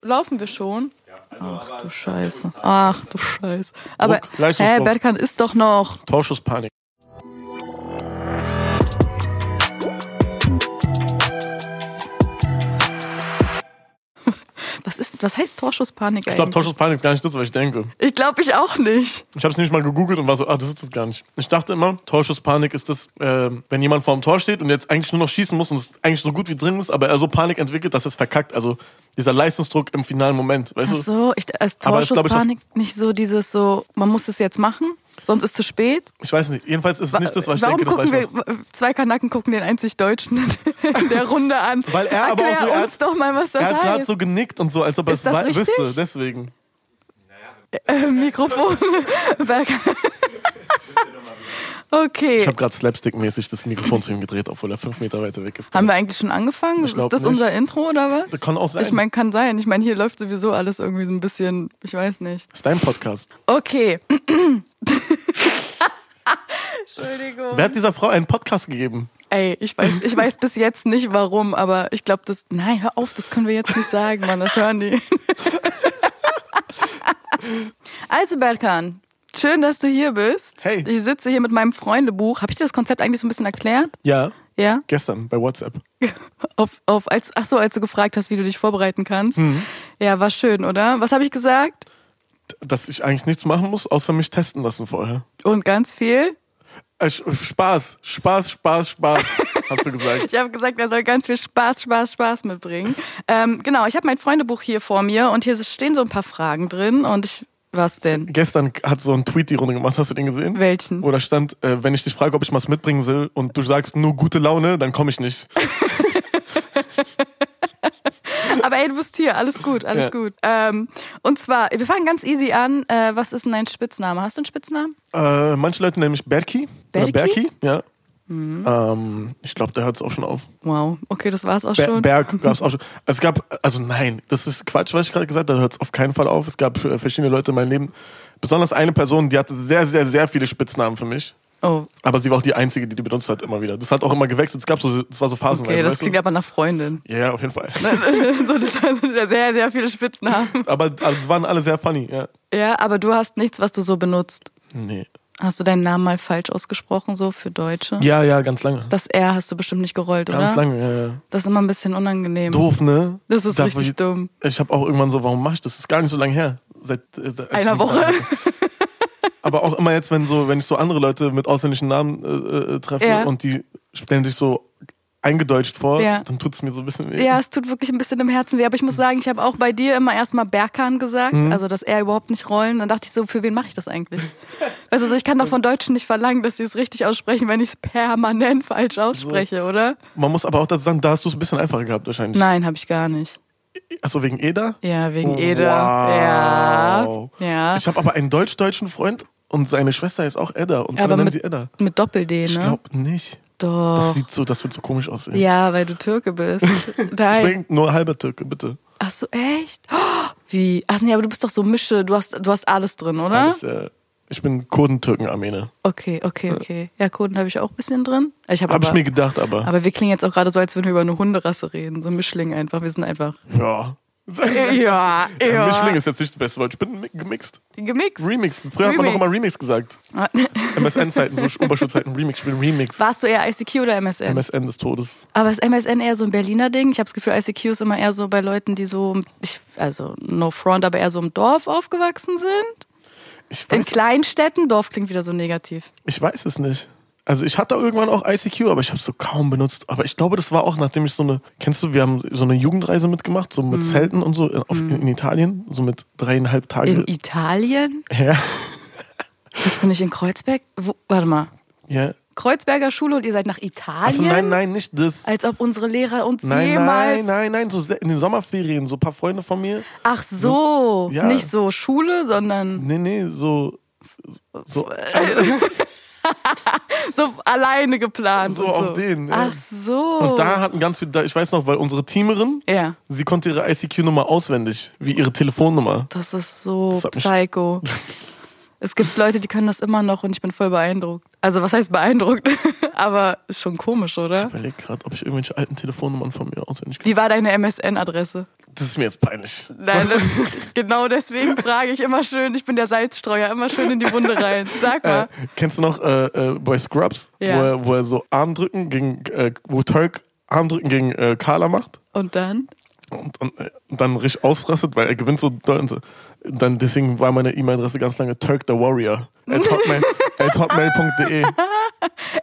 Laufen wir schon? Also, Ach aber du Scheiße. Ach du Scheiße. Aber Druck, hä, Leistungsdruck, Berkan ist doch noch. Torschusspanik. Was ist was heißt Torschusspanik Ich glaube, eigentlich? Torschusspanik ist gar nicht das, was ich denke. ich glaube ich auch nicht. Ich habe es nämlich mal gegoogelt und war so, ah, das ist das gar nicht. Ich dachte immer, Torschusspanik ist das, äh, wenn jemand vor dem Tor steht und jetzt eigentlich nur noch schießen muss und es eigentlich so gut wie drin ist, aber er so Panik entwickelt, dass er es verkackt. Also dieser Leistungsdruck im finalen Moment. Weißt Ach du? so, ich, als Aber es ist, glaub ich, Torschusspanik nicht so dieses so, man muss es jetzt machen, sonst ist zu spät. Ich weiß nicht. Jedenfalls ist es nicht das, was ich Warum denke. Das weiß gucken ich wir, zwei Kanaken gucken den einzig Deutschen in der Runde an? Weil er aber auch Erklär so- er hat- uns doch mal, was das Er hat gerade heißt. so genickt und so, als ob er es Ist das wei- richtig? wüsste. Deswegen. äh, Mikrofon. Berkan. okay. Ich habe gerade slapstick-mäßig das Mikrofon zu ihm gedreht, obwohl er fünf Meter weiter weg ist. Haben wir eigentlich schon angefangen? Ich Ist das glaub nicht. unser Intro oder was? Das kann auch sein. Ich meine, kann sein. Ich meine, hier läuft sowieso alles irgendwie so ein bisschen, ich weiß nicht. ist dein Podcast. Okay. Entschuldigung. Wer hat dieser Frau einen Podcast gegeben? Ey, ich weiß, ich weiß bis jetzt nicht warum, aber ich glaube, das. Nein, hör auf, das können wir jetzt nicht sagen, Mann, das hören die. also, Berkan, schön, dass du hier bist. Hey. Ich sitze hier mit meinem Freundebuch. Habe ich dir das Konzept eigentlich so ein bisschen erklärt? Ja, Ja? gestern bei WhatsApp. Auf, auf, als, ach so, als du gefragt hast, wie du dich vorbereiten kannst. Mhm. Ja, war schön, oder? Was habe ich gesagt? Dass ich eigentlich nichts machen muss, außer mich testen lassen vorher. Und ganz viel. Äh, Sch- Spaß, Spaß, Spaß, Spaß, hast du gesagt. Ich habe gesagt, er soll ganz viel Spaß, Spaß, Spaß mitbringen. Ähm, genau, ich habe mein Freundebuch hier vor mir und hier stehen so ein paar Fragen drin und ich. Was denn? Gestern hat so ein Tweet die Runde gemacht, hast du den gesehen? Welchen? Wo da stand, äh, wenn ich dich frage, ob ich was mitbringen will und du sagst nur gute Laune, dann komme ich nicht. Aber ey, du bist hier, alles gut, alles Ja. gut. Ähm, und zwar, wir fangen ganz easy an. Äh, was ist denn dein Spitzname? Hast du einen Spitznamen? Äh, manche Leute nennen mich Berki. Oder Berki? Mhm. Berki, ja. Ähm, ich glaube, da hört es auch schon auf. Wow, okay, das war's auch Ber schon. Berg gab es auch schon. Es gab, also nein, das ist Quatsch, was ich gerade gesagt habe, da hört es auf keinen Fall auf. Es gab äh, verschiedene Leute in meinem Leben. Besonders eine Person, die hatte sehr, sehr, sehr viele Spitznamen für mich. oh, Aber sie war auch die Einzige, die die benutzt hat immer wieder. Das hat auch immer gewechselt. Es gab so, es war so phasenweise. okay, das Also, weißt klingt du? aber nach Freundin. ja, ja, auf jeden Fall. so, das sind ja sehr, sehr viele Spitznamen. Aber also, es waren alle sehr funny, ja. Ja, aber du hast nichts, was du so benutzt. Nee. Hast du deinen Namen mal falsch ausgesprochen, so für Deutsche? Ja, ja, ganz lange. Das R hast du bestimmt nicht gerollt, Ganz oder? lange, ja, ja. Das ist immer ein bisschen unangenehm. Doof, ne? Das ist Da- richtig dumm. Ich habe auch irgendwann so, warum mach ich das? Das ist gar nicht so lange her. Seit, äh, seit Einer ich- Woche. Aber auch immer jetzt, wenn so, wenn ich so andere Leute mit ausländischen Namen äh, äh, treffe Ja. und die stellen sich so eingedeutscht vor, Ja. dann tut's mir so ein bisschen weh. Ja, es tut wirklich ein bisschen im Herzen weh. Aber ich muss Mhm. sagen, ich habe auch bei dir immer erstmal Berkan gesagt, also dass er überhaupt nicht rollen. Dann dachte ich so, für wen mache ich das eigentlich? Weißt du, so, ich kann doch von Deutschen nicht verlangen, dass sie es richtig aussprechen, wenn ich es permanent falsch ausspreche, oder? Man muss aber auch dazu sagen, da hast du es ein bisschen einfacher gehabt wahrscheinlich. Nein, habe ich gar nicht. Achso, wegen Eda? Ja, wegen Ede. Oh, Wow. Ja. ja. Ich habe aber einen deutsch-deutschen Freund und seine Schwester ist auch Edda und alle aber nennen mit, sie Edda. mit Doppel-D, ne? Ich glaube nicht. Das doch. sieht so, das wird so komisch aussehen. Ja, weil du Türke bist. Nein. Ich bin nur halber Türke, bitte. Ach so, echt? Oh, wie? Ach nee, aber du bist doch so Mische, du hast, du hast alles drin, oder? Alles, äh, ich bin Kurden-Türken-Armene. Okay, okay, okay. Ja, Kurden habe ich auch ein bisschen drin. Ich habe Habe aber, ich mir gedacht, aber, aber wir klingen jetzt auch gerade so, als würden wir über eine Hunderasse reden. So ein Mischling einfach. Wir sind einfach. ja. Ja, Ja, Mischling ist jetzt nicht das beste Wort. Ich bin mi- gemixt. Gemixt. Remix. Früher hat man Remix. noch immer Remix gesagt. MSN-Zeiten, so Oberschulzeiten, Remix. Ich bin Remix. Warst du eher ICQ oder MSN? MSN des Todes. aber ist MSN eher so ein Berliner Ding? Ich habe das Gefühl, ICQ ist immer eher so bei Leuten, die so, ich, also no front, aber eher so im Dorf aufgewachsen sind. Ich In weiß, Kleinstädten. Dorf klingt wieder so negativ. ich weiß es nicht. Also ich hatte irgendwann auch ICQ, aber ich habe es so kaum benutzt. Aber ich glaube, das war auch, nachdem ich so eine, kennst du, wir haben so eine Jugendreise mitgemacht, so mit Mhm. Zelten und so in- auf, in Italien, so mit dreieinhalb Tage In Italien? her. Bist du nicht in Kreuzberg? Wo, warte mal. Ja. Kreuzberger Schule und ihr seid nach Italien? Also nein, nein, nicht das. Als ob unsere Lehrer uns Nein, jemals. nein, nein, nein, so se- in den Sommerferien, so ein paar Freunde von mir. Ach so, Ja. nicht so Schule, sondern Nee, nee, so, so so alleine geplant. So und auf so. den, ja. Ach so. Und da hatten ganz viele, da- ich weiß noch, weil unsere Teamerin, Ja, sie konnte ihre ICQ-Nummer auswendig, wie ihre Telefonnummer. das ist so Das hat mich- psycho. es gibt Leute, die können das immer noch und ich bin voll beeindruckt. Also was heißt beeindruckt? Aber ist schon komisch, Ich oder? überlege gerade, ob ich irgendwelche alten Telefonnummern von mir auswendig kann. Wie war deine MSN-Adresse? Das ist mir jetzt peinlich. Nein, das, genau deswegen frage ich immer schön, ich bin der Salzstreuer, immer schön in die Wunde rein. Sag mal. Kennst du noch äh, äh, bei Scrubs, Ja. wo, er, wo er so Armdrücken gegen, äh, wo Turk Armdrücken gegen äh, Carla macht? Und dann? und, und, äh, und dann richtig ausfrastet, weil er gewinnt so doll und so. dann deswegen war meine E-Mail-Adresse ganz lange Turk the Warrior at hotmail- at hotmail.de.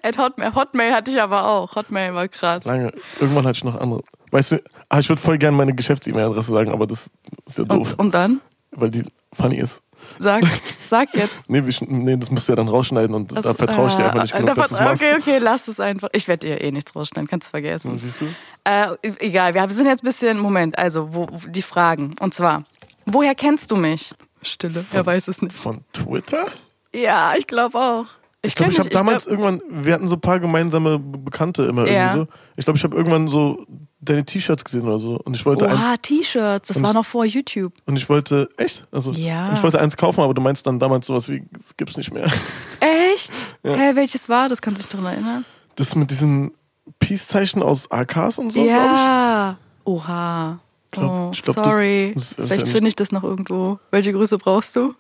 At Hotmail. Hotmail hatte ich aber auch. Hotmail war krass. lange. Irgendwann hatte ich noch andere. Weißt du, ah, ich würde voll gerne meine Geschäfts-E-Mail-Adresse sagen, aber das ist ja doof, Und, und dann? weil die funny ist. Sag, sag jetzt. Nee, wir, schn- nee, das müsst ihr dann rausschneiden und Das- da vertraue ich dir einfach nicht äh, genug, da dass du es vertra- machst. Okay, okay, lass es einfach. Ich werde dir eh nichts rausschneiden, kannst du vergessen. Siehst du? Äh, egal, wir sind jetzt ein bisschen, Moment, also wo, die Fragen. Und zwar, woher kennst du mich? Stille, er weiß es nicht. Von Twitter? Ja, ich glaube auch. Ich glaube, kenn ich dich, habe damals glaub- Oh, irgendwann, wir hatten so ein paar gemeinsame Bekannte immer Ja. irgendwie so. Ich glaube, ich habe irgendwann so deine T-Shirts gesehen oder so und ich wollte eins Oha, T-Shirts, das war noch vor YouTube. Und ich wollte, echt? Also, Ja. und ich wollte eins kaufen, aber du meinst dann damals sowas wie, es gibt's nicht mehr. Echt? Hä, welches war das? Kannst du dich daran erinnern? Das mit diesen Peace-Zeichen aus AKs und so, glaube ja. Oha. glaub- oh, ich glaub, das- sorry. das ist ja Vielleicht nicht- finde ich das noch irgendwo. Welche Größe brauchst du?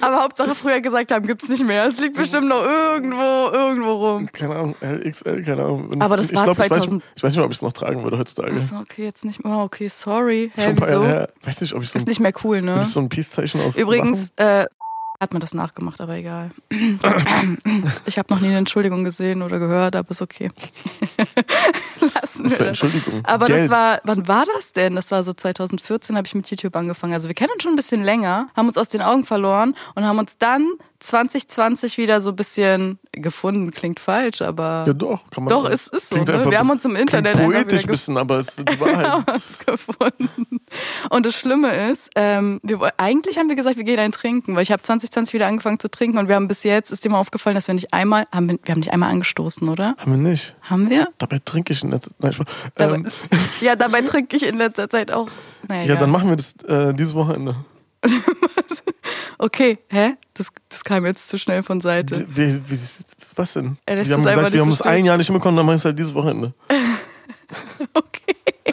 Aber Hauptsache früher gesagt haben, gibt's nicht mehr. Es liegt bestimmt noch irgendwo, irgendwo rum. ich. Keine Ahnung, LXL, keine Ahnung. Und Aber das ich war ich, weiß, 2000. ich weiß nicht, ob ich es noch tragen würde heutzutage. Achso, okay, jetzt nicht mehr. Oh, Okay, sorry. Schon Hä, ein paar Jahre wieso? her. Weiß nicht, ob ich so Ist ein, nicht mehr cool, ob ich ne? so ein Peace-Zeichen aus. Übrigens, äh, hat man das nachgemacht, aber egal. Ich habe noch nie eine Entschuldigung gesehen oder gehört, aber ist okay. Lassen wir Das wäre das. Entschuldigung. Aber Geld. das war, wann war das denn? Das war so 2014, habe ich mit YouTube angefangen. Also wir kennen uns schon ein bisschen länger, haben uns aus den Augen verloren und haben uns dann 2020 wieder so ein bisschen gefunden. Klingt falsch, aber Ja, doch, kann man. Doch, es ist so, Klingt ne? einfach Wir haben uns bis- im klingt Internet einfach poetisch wieder ein bisschen, aber es ist halt die Wahrheit. haben uns gefunden. Und das Schlimme ist, ähm, wir, woll- eigentlich haben wir gesagt, wir gehen ein Trinken, weil ich habe 2020 wieder angefangen zu trinken und wir haben bis jetzt, ist dir mal aufgefallen, dass wir nicht einmal, haben wir, wir haben nicht einmal angestoßen, oder? haben wir nicht. Haben wir? Dabei trinke ich in letzter Nein, Spaß. Dabei- ähm, Ja, dabei trinke ich in letzter Zeit auch. Naja, ja, dann machen wir das äh, dieses Wochenende. Okay, hä? Das, das kam jetzt zu schnell von Seite. D- Wie, wie, was denn? Er lässt wir haben es einfach gesagt, wir haben nicht es so ein stehen. Jahr nicht hinbekommen, dann machen wir es halt dieses Wochenende. Okay.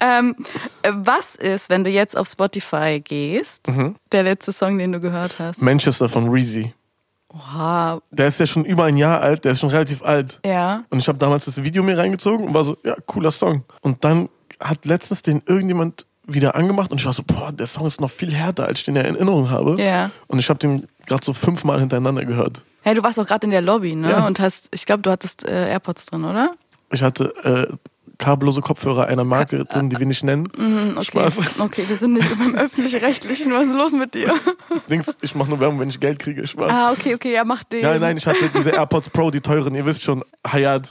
ähm, äh, was ist, wenn du jetzt auf Spotify gehst, der letzte Song, den du gehört hast? Manchester von Reezy. Oha, Der ist ja schon über ein Jahr alt, der ist schon relativ alt. ja. Und ich habe damals das Video mir reingezogen und war so, ja, cooler Song. Und dann hat letztens den irgendjemand wieder angemacht und ich war so, boah, der Song ist noch viel härter, als ich den ja in Erinnerung habe. Ja. Und ich habe den gerade so fünfmal hintereinander gehört. Hey, du warst auch gerade in der Lobby, ne? Ja. Und hast, ich glaube, du hattest äh, AirPods drin, oder? Ich hatte äh, kabellose Kopfhörer einer Marke drin, die wir nicht nennen. Mhm, Okay. Spaß. Okay, wir sind nicht beim öffentlich-rechtlichen. Was ist los mit dir? Dings, ich mache nur Werbung, wenn ich Geld kriege. Spaß. ah, okay, okay, ja, mach den. Nein, nein, ich hatte diese AirPods Pro, die teuren, ihr wisst schon, Hayat.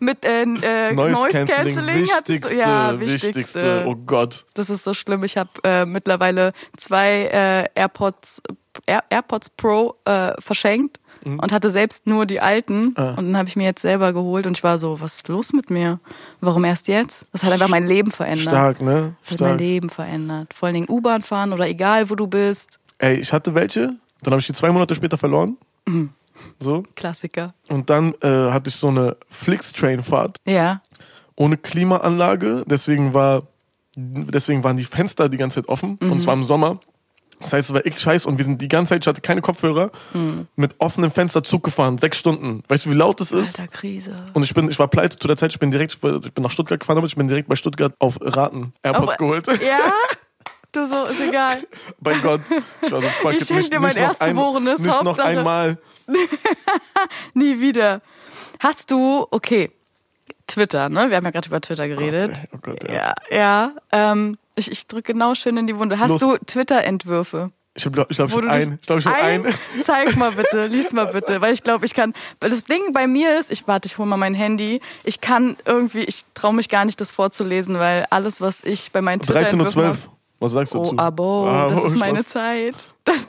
Mit äh, äh, Noise, Cancelling, hattest du- wichtigste, ja, wichtigste, Oh Gott. Das ist so schlimm. Ich habe äh, mittlerweile zwei äh, AirPods, Air, AirPods Pro äh, verschenkt Mhm. und hatte selbst nur die alten. Ah. Und dann habe ich mir jetzt selber geholt und ich war so, was ist los mit mir? Warum erst jetzt? Das hat einfach mein Leben verändert. Stark, ne? Das hat mein Stark. Leben verändert. Vor allen Dingen U-Bahn fahren oder egal, wo du bist. Ey, ich hatte welche, dann habe ich die zwei Monate später verloren. So. Klassiker. Und dann äh, hatte ich so eine Flix-Train-Fahrt Ja. ohne Klimaanlage. Deswegen, war, deswegen waren die Fenster die ganze Zeit offen. Und Mhm. es war im Sommer. Das heißt, es war x scheiß und wir sind die ganze Zeit, ich hatte keine Kopfhörer, Mhm. mit offenem Fenster Zug gefahren, sechs Stunden. Weißt du, wie laut es ist? Alter, Krise. Und ich bin, ich war pleite zu der Zeit, ich bin direkt, ich bin nach Stuttgart gefahren, damit ich bin direkt bei Stuttgart auf Raten AirPods Aber- geholt. Ja? Du so, ist egal. Bei Gott. Ich war so, fuck Ich it, schenk nicht, dir mein nicht noch ein- Erstgeborenes, Nicht noch Hauptsache- einmal. Nie wieder. Hast du, okay, Twitter, ne? Wir haben ja gerade über Twitter geredet. ey, oh Gott, ja. ja. Ja, ähm, ich, ich drücke genau schön in die Wunde. Hast Los. du Twitter-Entwürfe? Ich glaube, ich, glaub, ich wo habe du einen. dich- Ich glaube, ich habe Ein? einen. Zeig mal bitte, lies mal bitte, weil ich glaube, ich kann. Weil das Ding bei mir ist, ich warte, ich hole mal mein Handy. Ich kann irgendwie, ich traue mich gar nicht, das vorzulesen, weil alles, was ich bei meinen Twitter 13 und 12. Was sagst du Oh, dazu? abo, das ist meine Spaß. Zeit. Das,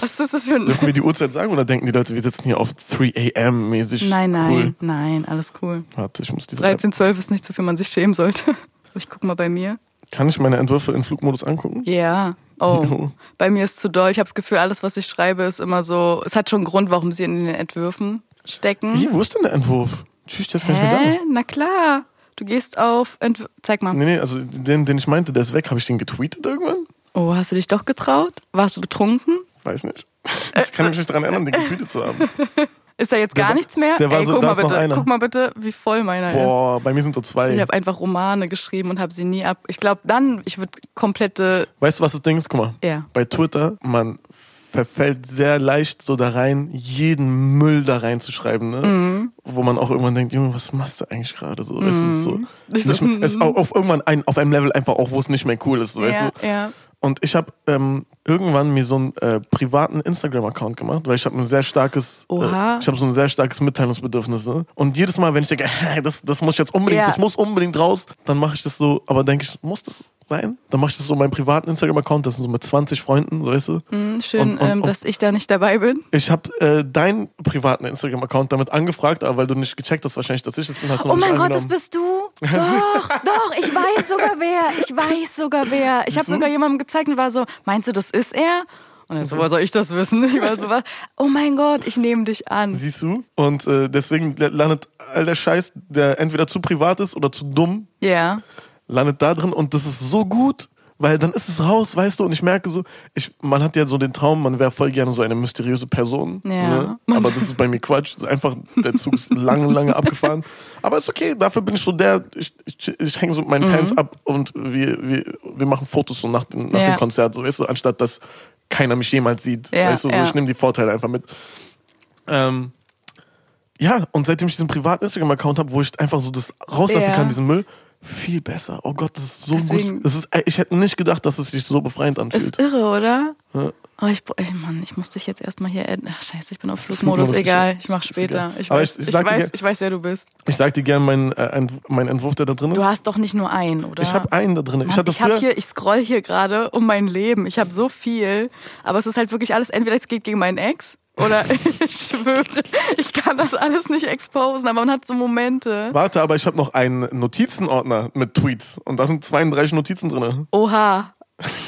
was ist das für ein? Dürfen wir die Uhrzeit sagen oder denken die Leute, wir sitzen hier auf 3 a.m. mäßig? Nein, nein, Cool. nein, alles cool. Warte, ich muss diese 13, 12 ist nichts, wofür man sich schämen sollte. Ich guck mal bei mir. App. Kann ich meine Entwürfe in Flugmodus angucken? Ja. Oh, Jo. bei mir ist zu doll. Ich habe das Gefühl, alles, was ich schreibe, ist immer so. Es hat schon einen Grund, warum sie in den Entwürfen stecken. Wie, wo ist denn der Entwurf? Tschüss, der ist gar nicht mehr Hä? Na klar. Du gehst auf. Ent Zeig mal. Nee, nee, also den, den ich meinte, der ist weg. Habe ich den getweetet irgendwann? Oh, hast du dich doch getraut? Warst du betrunken? Weiß nicht. Ich kann mich nicht daran erinnern, den getweetet zu haben. Ist da jetzt Der gar war- nichts mehr? der war Ey, so- guck, da mal ist noch bitte, einer. guck mal bitte, wie voll meiner ist. Boah, bei mir sind so Ich zwei. habe einfach Romane geschrieben und habe sie nie ab. Ich glaube, dann, ich würde komplette. Weißt du, was das Ding ist? Guck mal. Ja. Bei Twitter, man verfällt sehr leicht so da rein, jeden Müll da reinzuschreiben, ne? Mhm. Wo man auch irgendwann denkt, Junge, was machst du eigentlich gerade so? Es ist so. Ich Nicht so, mehr, es ist auf, auf irgendwann ein, auf einem Level einfach auch, wo es nicht mehr cool ist, so, weißt mhm. ja, du? ja. Und ich habe ähm, irgendwann mir so einen äh, privaten Instagram-Account gemacht, weil ich habe ein sehr starkes, äh, Oha. ich habe so ein sehr starkes Mitteilungsbedürfnis. Ne? Und jedes Mal, wenn ich denke, "Hä, das, das muss ich jetzt unbedingt, Ja. das muss unbedingt raus, dann mache ich das so. Aber denke ich, muss das sein? Dann mache ich das so in meinem privaten Instagram-Account. Das sind so mit 20 Freunden, so weißt du. Hm, Schön, Und- und- ähm, und- dass ich da nicht dabei bin. Ich habe äh, deinen privaten Instagram-Account damit angefragt, aber weil du nicht gecheckt hast, wahrscheinlich, dass ich es bin, hast du noch Oh nicht mein Gott, das angenommen. bist du? Doch, doch, ich weiß sogar wer. Ich weiß sogar wer. Ich habe du? sogar jemandem gezeigt und war so, meinst du, das ist er? Und er so, woher soll ich das wissen? Ich war so, was? oh mein Gott, ich nehme dich an. Siehst du? Und äh, deswegen landet all der Scheiß, der entweder zu privat ist oder zu dumm, Ja. landet da drin und das ist so gut, weil dann ist es raus, weißt du, und ich merke so, ich, man hat ja so den Traum, man wäre voll gerne so eine mysteriöse Person. Ja. Ne? Aber das ist bei mir Quatsch. Das ist einfach, der Zug ist lange, lange abgefahren. Aber ist okay, dafür bin ich so der, ich, ich, ich hänge so mit meinen Fans ab und wir, wir, wir machen Fotos so nach, dem, nach Mhm. Ja. dem Konzert, so weißt du, anstatt dass keiner mich jemals sieht. Ja, weißt du, so, ja. ich nehme die Vorteile einfach mit. Ähm, ja, und seitdem ich diesen privaten Instagram-Account habe, wo ich einfach so das rauslassen Ja. kann, diesen Müll, viel besser. Oh Gott, das ist so Deswegen- gut. Das ist, ich hätte nicht gedacht, dass es sich so befreiend anfühlt. Ist irre, oder? Ja. Oh, ich, bra- ich, Mann, ich muss dich jetzt erstmal hier. enden. Ach, scheiße, ich bin auf Flugmodus. Flugmodus ist Egal, ja- ich mach ist später. egal. Ich Aber weiß, ich- ich ich, sag dir weiß, ge- ich weiß, wer du bist. Ich sag dir gerne meinen, äh, Ent meinen Entwurf, der da drin ist. Du hast doch nicht nur einen, oder? ich habe einen da drin. Mann, ich hatte ich hab früher. hier, ich scroll hier gerade um mein Leben. Ich habe so viel, aber es ist halt wirklich alles. Entweder es geht gegen meinen Ex oder ich schwöre, ich kann das alles nicht exposen. Aber man hat so Momente. warte, aber ich habe noch einen Notizenordner mit Tweets. Und da sind 32 Notizen drin. Oha,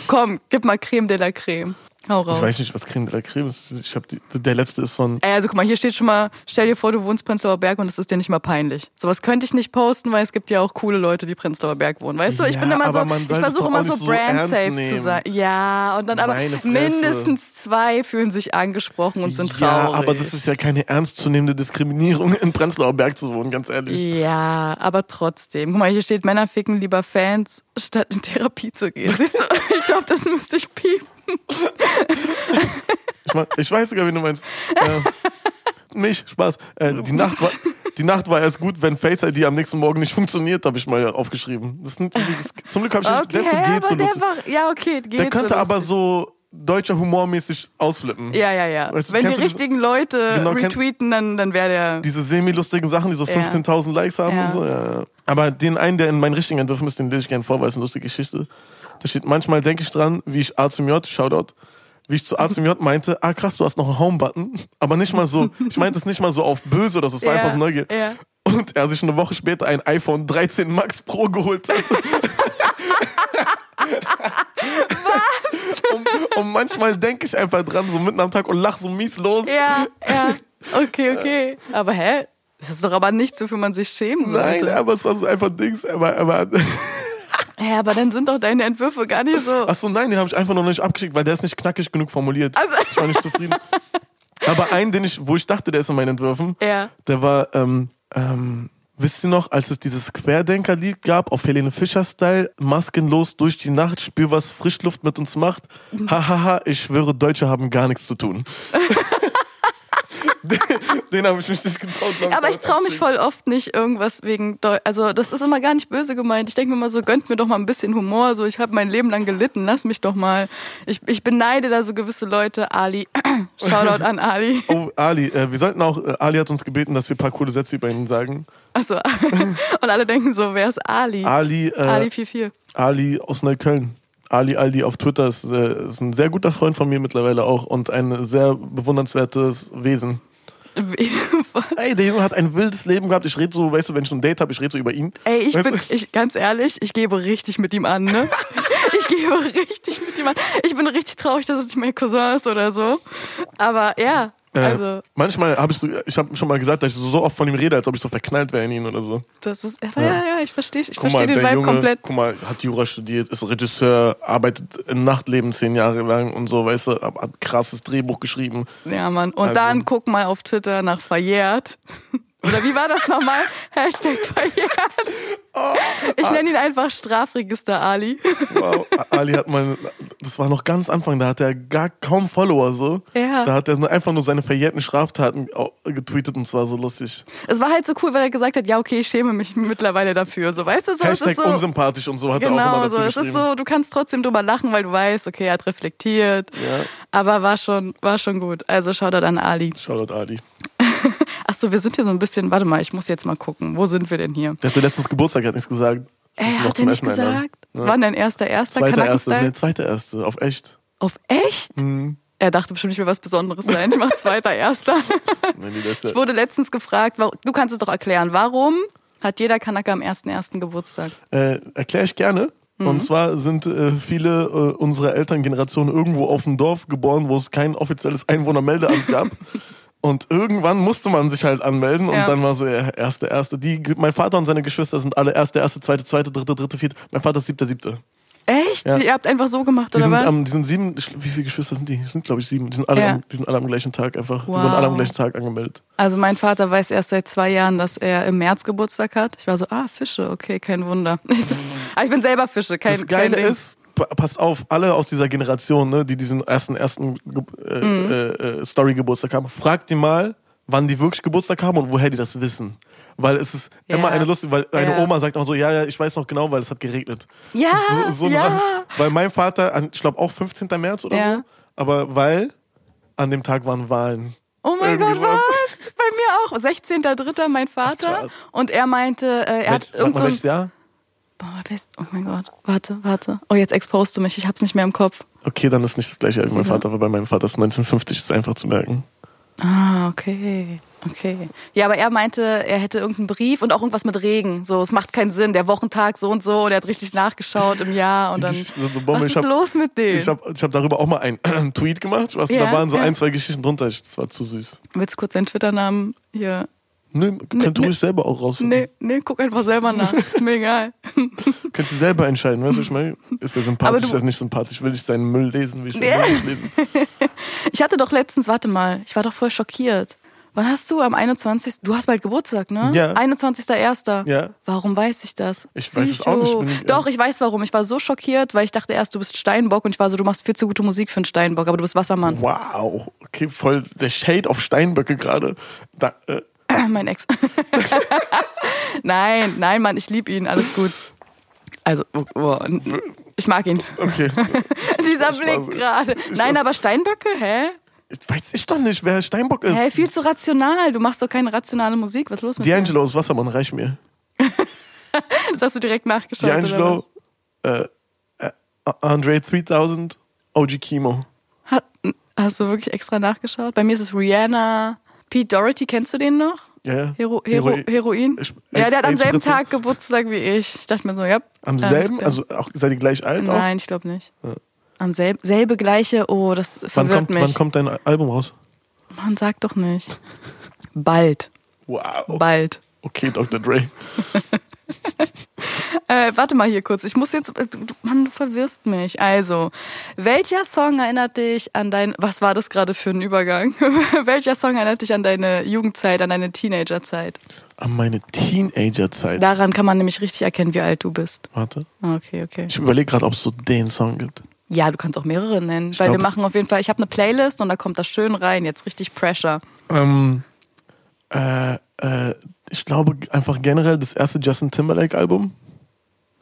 komm, gib mal Creme de la Creme. Hau raus. Ich weiß nicht, was Creme de la Creme ist. Ich hab die, der letzte ist von. Ey, also guck mal, hier steht schon mal, stell dir vor, du wohnst Prenzlauer Berg und es ist dir nicht mal peinlich. Sowas könnte ich nicht posten, weil es gibt ja auch coole Leute, die Prenzlauer Berg wohnen. Weißt du, ich Ja, bin immer aber so, man ich soll das versuche doch immer auch so nicht so ernst brandsafe zu nehmen. sein. Ja, und dann aber Meine Fresse. mindestens zwei fühlen sich angesprochen und sind traurig. Ja, aber das ist ja keine ernstzunehmende Diskriminierung, in Prenzlauer Berg zu wohnen, ganz ehrlich. ja, aber trotzdem. Guck mal, hier steht, Männer ficken lieber Fans, statt in Therapie zu gehen. Siehst du, ich glaube, das müsste ich piepen. Ich, mein, ich weiß sogar, wen du meinst. Äh, mich, Spaß. Äh, die, Nacht war, die Nacht war erst gut, wenn Face ID am nächsten Morgen nicht funktioniert, habe ich mal aufgeschrieben. Das sind, das, zum Glück habe ich Okay, nicht, deswegen geht's so aber der lustig. war, ja, okay, geht Der könnte so aber lustig. so deutscher humormäßig ausflippen. Ja, ja, ja. Weißt du, Wenn die kennst du das- richtigen Leute Genau, kenn- retweeten, dann, dann wäre der. Diese semi-lustigen Sachen, die so Ja. 15.000 Likes haben Ja. und so. Ja. ja. Aber den einen, der in meinen richtigen Entwürfen ist, den lese ich gerne vor, weil es eine lustige Geschichte. Da steht, manchmal denke ich dran, wie ich A zum J, Shoutout, wie ich zu A zum J meinte, ah krass, du hast noch einen Home-Button. Aber nicht mal so, ich meinte es nicht mal so auf böse oder so, es war Ja, einfach so Neugier. ja. Und er sich eine Woche später ein iPhone 13 Max Pro geholt Also hat. Und, und manchmal denke ich einfach dran, so mitten am Tag und lach so mies los. Ja, ja. Okay, okay. Aber hä? Das ist doch aber nichts, wofür man sich schämen sollte. Nein, aber es war so einfach Dings. Aber, aber, Hä, aber dann sind doch deine Entwürfe gar nicht so. achso, nein, den habe ich einfach noch nicht abgeschickt, weil der ist nicht knackig genug formuliert. Also- Ich war nicht zufrieden. Aber einen, den ich, wo ich dachte, der ist in meinen Entwürfen, Ja. der war, ähm, ähm, wisst ihr noch, als es dieses Querdenker-Lied gab, auf Helene Fischer-Style, maskenlos durch die Nacht, spür, was Frischluft mit uns macht. Hahaha, ich schwöre, Deutsche haben gar nichts zu tun. den den habe ich mich nicht getraut. glaub Aber ich traue mich abzuschicken. voll oft nicht irgendwas wegen Deu also das ist immer gar nicht böse gemeint. Ich denke mir immer so, gönnt mir doch mal ein bisschen Humor, so ich habe mein Leben lang gelitten, lass mich doch mal. Ich, ich beneide da so gewisse Leute, Ali. Shoutout an Ali. Oh, Ali, äh, wir sollten auch, äh, Ali hat uns gebeten, dass wir ein paar coole Sätze über ihn sagen. Achso. Also, Und alle denken so, wer ist Ali? Ali, äh, Ali Ali. 44. aus Neukölln. Ali Aldi auf Twitter ist, äh, ist ein sehr guter Freund von mir mittlerweile auch und ein sehr bewundernswertes Wesen. Ey, der Junge hat ein wildes Leben gehabt. Ich rede so, weißt du, wenn ich ein Date habe, ich rede so über ihn. Ey, ich weißt bin, ich, ganz ehrlich, ich gebe richtig mit ihm an, ne? Ich gebe richtig mit ihm an. Ich bin richtig traurig, dass es nicht mein Cousin ist oder so. Aber ja, Äh, Also- manchmal habe ich so, ich habe schon mal gesagt, dass ich so oft von ihm rede, als ob ich so verknallt wäre in ihn oder so. Das ist, ja, ja, ja, ich verstehe ich Guck versteh mal, den der Vibe Junge, komplett. guck mal, hat Jura studiert, ist Regisseur, arbeitet im Nachtleben zehn Jahre lang und so, weißt du, hat hat krasses Drehbuch geschrieben. Ja, Mann. Und Also- dann guck mal auf Twitter nach verjährt. Oder wie war das nochmal? Hashtag verjährt. Oh. Ich nenne ihn einfach Strafregister Ali. Wow. Ali hat mal, das war noch ganz Anfang, da hat er gar kaum Follower so. Ja. Da hat er nur- einfach nur seine verjährten Straftaten au- getweetet und zwar so lustig. Es war halt so cool, weil er gesagt hat, ja, okay, ich schäme mich mittlerweile dafür. So, weißt du, so, es Hashtag ist so. unsympathisch und so hat er auch immer Genau, dazu so. Es geschrieben. ist so, du kannst trotzdem drüber lachen, weil du weißt, okay, er hat reflektiert. Ja. Aber war schon, war schon gut. Also schau da dann Ali. Shoutout Ali. Achso, wir sind hier so ein bisschen, warte mal, ich muss jetzt mal gucken. Wo sind wir denn hier? Der hatte letztens Geburtstag, er hat nichts gesagt. Ich muss Ey, ihn noch hat er zum nicht Essen einladen. gesagt? Ja. Wann dein erster, erster Zweite Kanaken erste, Style? ne, zweite erste, auf echt. Auf echt? Er dachte bestimmt, ich will was Besonderes sein. Ich mach zweiter, erster. Nee, nee, das ist Mhm. ja- Ich wurde letztens gefragt, wa- du kannst es doch erklären, warum hat jeder Kanaka am ersten, ersten Geburtstag? äh, erkläre ich gerne. Mhm. Und zwar sind äh, viele äh, unserer Elterngeneration irgendwo auf dem Dorf geboren, wo es kein offizielles Einwohnermeldeamt gab. Und irgendwann musste man sich halt anmelden und Ja. dann war so ja, erste, erste. Die, mein Vater und seine Geschwister sind alle erste, erste, zweite, zweite, dritte, dritte, vierte. Mein Vater ist siebter, siebter. Echt? Ja. Ihr habt einfach so gemacht, Die oder sind, was? am, die sind sieben, wie viele Geschwister sind die? Die sind glaube ich sieben. Die sind, alle Ja. am, die sind alle am gleichen Tag einfach. Wow. Die wurden alle am gleichen Tag angemeldet. also mein Vater weiß erst seit zwei Jahren, dass er im März Geburtstag hat. Ich war so, ah, Fische, okay, kein Wunder. Aber ich bin selber Fische, kein, das Geile kein Ding. ist, pa- passt auf, alle aus dieser Generation, ne, die diesen ersten, ersten Ge- äh, Mhm. äh, äh, Story-Geburtstag haben, fragt die mal, wann die wirklich Geburtstag haben und woher die das wissen. Weil es ist Ja. immer eine lustige, weil eine Ja. Oma sagt auch so, ja, ja, ich weiß noch genau, weil es hat geregnet. Ja, So, so eine Sache. ja. Weil mein Vater, an- ich glaube auch 15. März oder Ja. so, aber weil an dem Tag waren Wahlen. Oh mein Irgendwie Gott, sowas. was? Bei mir auch. 16.3. mein Ach, Vater. krass. und er meinte, äh, er Welch, hat sag mal, irgendein... welches Jahr? Boah, best. Oh mein Gott. Warte, warte. Oh, jetzt exposed du mich. Ich hab's nicht mehr im Kopf. Okay, dann ist nicht das gleiche wie mein Vater, aber bei meinem Vater ist 1950, ist einfach zu merken. Ah, okay. Okay. Ja, aber er meinte, er hätte irgendeinen Brief und auch irgendwas mit Regen. So, es macht keinen Sinn. Der Wochentag so und so und er hat richtig nachgeschaut im Jahr und Die dann. Geschichten sind so Bombe. Was Ich ist hab- los mit denen? Ich habe ich hab darüber auch mal einen Tweet gemacht. Was, Ja, da waren so ja. ein, zwei Geschichten drunter. Ich, das war zu süß. Willst du kurz deinen Twitter-Namen hier? Nö, könnt ihr nee. ruhig selber auch rausfinden. Nee, nee, guck einfach selber nach. Ist mir egal. Könnt ihr selber entscheiden, weißt du, ich meine, ist der Aber sympathisch, du- ist der nicht sympathisch? Will ich seinen Müll lesen, will ich seinen Ja. Müll nicht lesen? Ich hatte doch letztens, warte mal, ich war doch voll schockiert. Wann hast du am 21. Du hast bald Geburtstag, ne? Ja. 21.01. Ja. Warum weiß ich das? Ich weiß es auch nicht, ich bin- doch, ich weiß warum. Ich war so schockiert, weil ich dachte erst, du bist Steinbock und ich war so, du machst viel zu gute Musik für einen Steinbock, aber du bist Wassermann. Wow, okay, voll der Shade auf Steinböcke gerade. Da, äh, mein Ex. nein, nein, Mann, ich lieb ihn, alles gut. Also, oh, oh, ich mag ihn. okay, Dieser Ich Blick weiß es. gerade. Nein, weiß- aber Steinböcke, hä? Ich weiß ich doch nicht, wer Steinbock ist. Hä, viel zu rational. Du machst doch keine rationale Musik. Was ist los mit dir? D'Angelo aus Wassermann, reich mir. Das hast du direkt nachgeschaut. oder was? D'Angelo, äh, äh, Andre 3000, OG Kimo. Ha- Hast du wirklich extra nachgeschaut? Bei mir ist es Rihanna. Pete Doherty, kennst du den noch? Ja, ja. Hero, Hero, Hero- Heroin? Ich- ja, der hat am AIDS- selben AIDS-Spritze. Tag Geburtstag wie ich. Ich dachte mir so, ja. Am alles selben, klar. also auch, seid ihr gleich alt? auch? Nein, ich glaube nicht. Am selben, selbe gleiche, oh, das Wann verwirrt kommt, mich. wann kommt dein Album raus? Man sagt doch nicht. Bald, Wow. bald. Okay, Dr. Dre. Äh, warte mal hier kurz. Ich muss jetzt. äh, Du, du- Mann, du verwirrst mich. Also, welcher Song erinnert dich an dein. Was war das gerade für ein Übergang? welcher Song erinnert dich an deine Jugendzeit, an deine Teenagerzeit? An meine Teenagerzeit. Daran kann man nämlich richtig erkennen, wie alt du bist. Warte. Ah, Okay, okay. Ich überlege gerade, ob es so den Song gibt. Ja, du kannst auch mehrere nennen. weil glaub, wir machen auf jeden Fall. Ich habe eine Playlist und da kommt das schön rein. Jetzt richtig Pressure. Ähm, äh, äh, ich glaube einfach generell das erste Justin Timberlake-Album.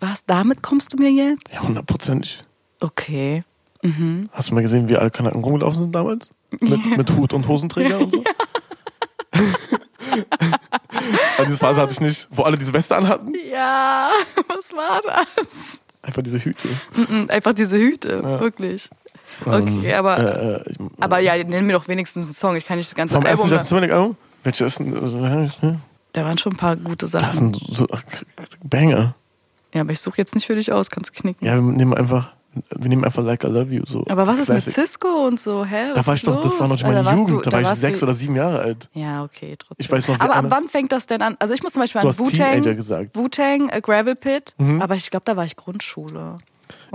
Was? Damit kommst du mir jetzt? Ja, hundertprozentig. Okay. Hast du mal gesehen, wie alle Kanaken rumgelaufen sind damals? Mit, mit Hut und Hosenträger und so? Aber Also diese Phase hatte ich nicht, wo alle diese Weste anhatten. Ja, was war das? Einfach diese Hüte. Mm, Einfach diese Hüte, wirklich. Okay, aber. Äh, äh, ich- Aber ja, nenn mir doch wenigstens einen Song. Ich kann nicht das ganze vom ersten Album. Justin Timberlake-Album? Welches ist denn. Da waren schon ein paar gute Das Sachen. sind so ach, Banger. Ja, aber ich suche jetzt nicht für dich aus, kannst knicken. Ja, wir nehmen einfach wir nehmen einfach Like I Love You. So Aber was ist mit Classic. Cisco und so? Hä? Was Da war ist ich doch, das war noch los? nicht meine Also, warst Jugend, du- da, war ich warst sechs du- oder sieben Jahre alt. Ja, okay, trotzdem. Ich weiß noch, wie aber ab einer- wann fängt das denn an? Also ich muss zum Beispiel Du an hast Teenager Wu-Tang, gesagt. Mhm. Wu-Tang, A Gravel Pit, aber ich glaube, da war ich Grundschule.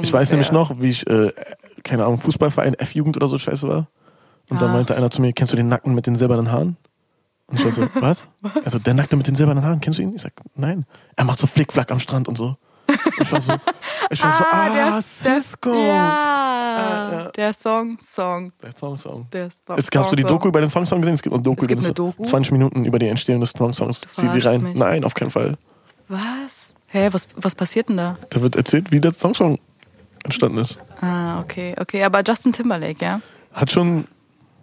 Ich weiß Ungefähr. nämlich noch, wie ich, äh, keine Ahnung, Fußballverein, F-Jugend oder so Scheiße war. Und dann Ach. meinte einer zu mir, kennst du den Nacken mit den silbernen Haaren? Und ich war so, was? Also der Nackte mit den silbernen Haaren, kennst du ihn? Ich sag, nein. Er macht so Flickflack am Strand und so. Und ich war so, ich war so, der- ah, der- Cisco. Ja, Ah, ja. der Song, Song, Der Thong Song. der Song. Es, hast du die Song, Song. Doku über den Thong Song gesehen? Es gibt eine Doku, Es gibt über eine das- Doku? 20 Minuten über die Entstehung des Thong Songs. Zieh die verarschst rein. mich. Nein, auf keinen Fall. Was? Hä, was, was passiert denn da? Da wird erzählt, wie der Thong Song entstanden ist. Ah, okay, okay, aber Justin Timberlake, ja? Hat schon,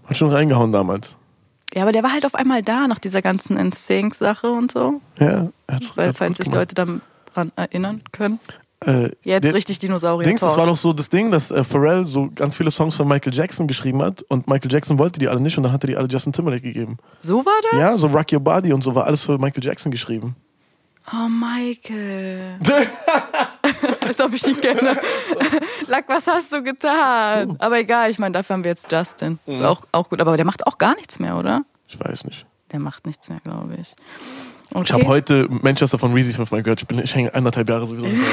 hat schon reingehauen damals. Ja, aber der war halt auf einmal da nach dieser ganzen NSYNC-Sache und so, Ja, hat's, weil hat's falls gut sich gemacht. Leute daran erinnern können. Äh, Jetzt der- richtig Dinosaurier. Dings, das Talk. war doch so das Ding, dass äh, Pharrell so ganz viele Songs von Michael Jackson geschrieben hat und Michael Jackson wollte die alle nicht und dann hat er die alle Justin Timberlake gegeben. so war das? Ja, so Rock Your Body und so war alles für Michael Jackson geschrieben. Oh, Michael. Als ob ich ihn kenne. Lack, was hast du getan? Aber egal, ich meine, dafür haben wir jetzt Justin. Ist Mhm. auch, auch gut. Aber der macht auch gar nichts mehr, oder? Ich weiß nicht. Der macht nichts mehr, glaube ich. Okay. Ich habe heute Manchester von Reezy fünfmal gehört. Ich, bin, ich hänge anderthalb Jahre sowieso hinterher.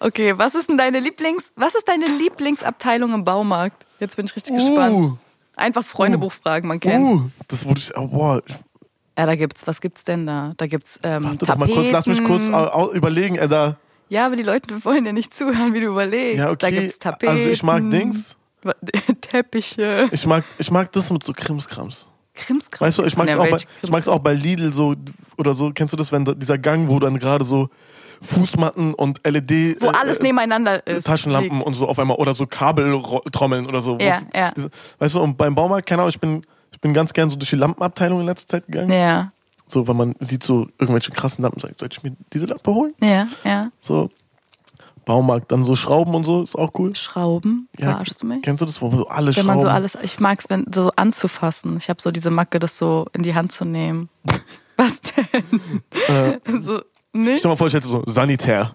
okay, was ist denn deine Lieblings, was ist deine Lieblingsabteilung im Baumarkt? Jetzt bin ich richtig gespannt. Einfach Freundebuch fragen, man Uh, kennt. uh, das wurde ich, oh, boah. Ich- Ja, da gibt's, was gibt's denn da? Da gibt's ähm, Warte doch Tapeten. mal kurz, lass mich kurz au, au, überlegen, Alter. Ja, aber die Leute wollen ja nicht zuhören, wie du überlegst. Ja, Da okay. gibt's Tapeten. Also ich mag Dings. Wa- Teppiche. Ich mag, ich mag das mit so Krimskrams. Krimskrams. Weißt du, ich mag's Ja, auch bei, welche ich mag's auch bei Lidl so oder so. Kennst du das, wenn da, dieser Gang, wo dann gerade so Fußmatten und LED, Wo alles nebeneinander ist. äh, Taschenlampen und so auf einmal oder so Kabeltrommeln oder so. Ja, Was- ja. diese- Weißt du, und beim Baumarkt, keine Ahnung, ich bin, ich bin ganz gern so durch die Lampenabteilung in letzter Zeit gegangen. Ja, So, weil man sieht so irgendwelche krassen Lampen, sagt, soll ich mir diese Lampe holen? ja, ja. So. Baumarkt, dann so Schrauben und so, ist auch cool. Schrauben, Ja, verarschst du mich? Kennst du das, wo man so alle Wenn Schrauben... man so alles, ich mag es, wenn so anzufassen. Ich habe so diese Macke, das so in die Hand zu nehmen. Was denn? Äh, so, ne? nee, Stell dir mal vor, ich hätte so Sanitär.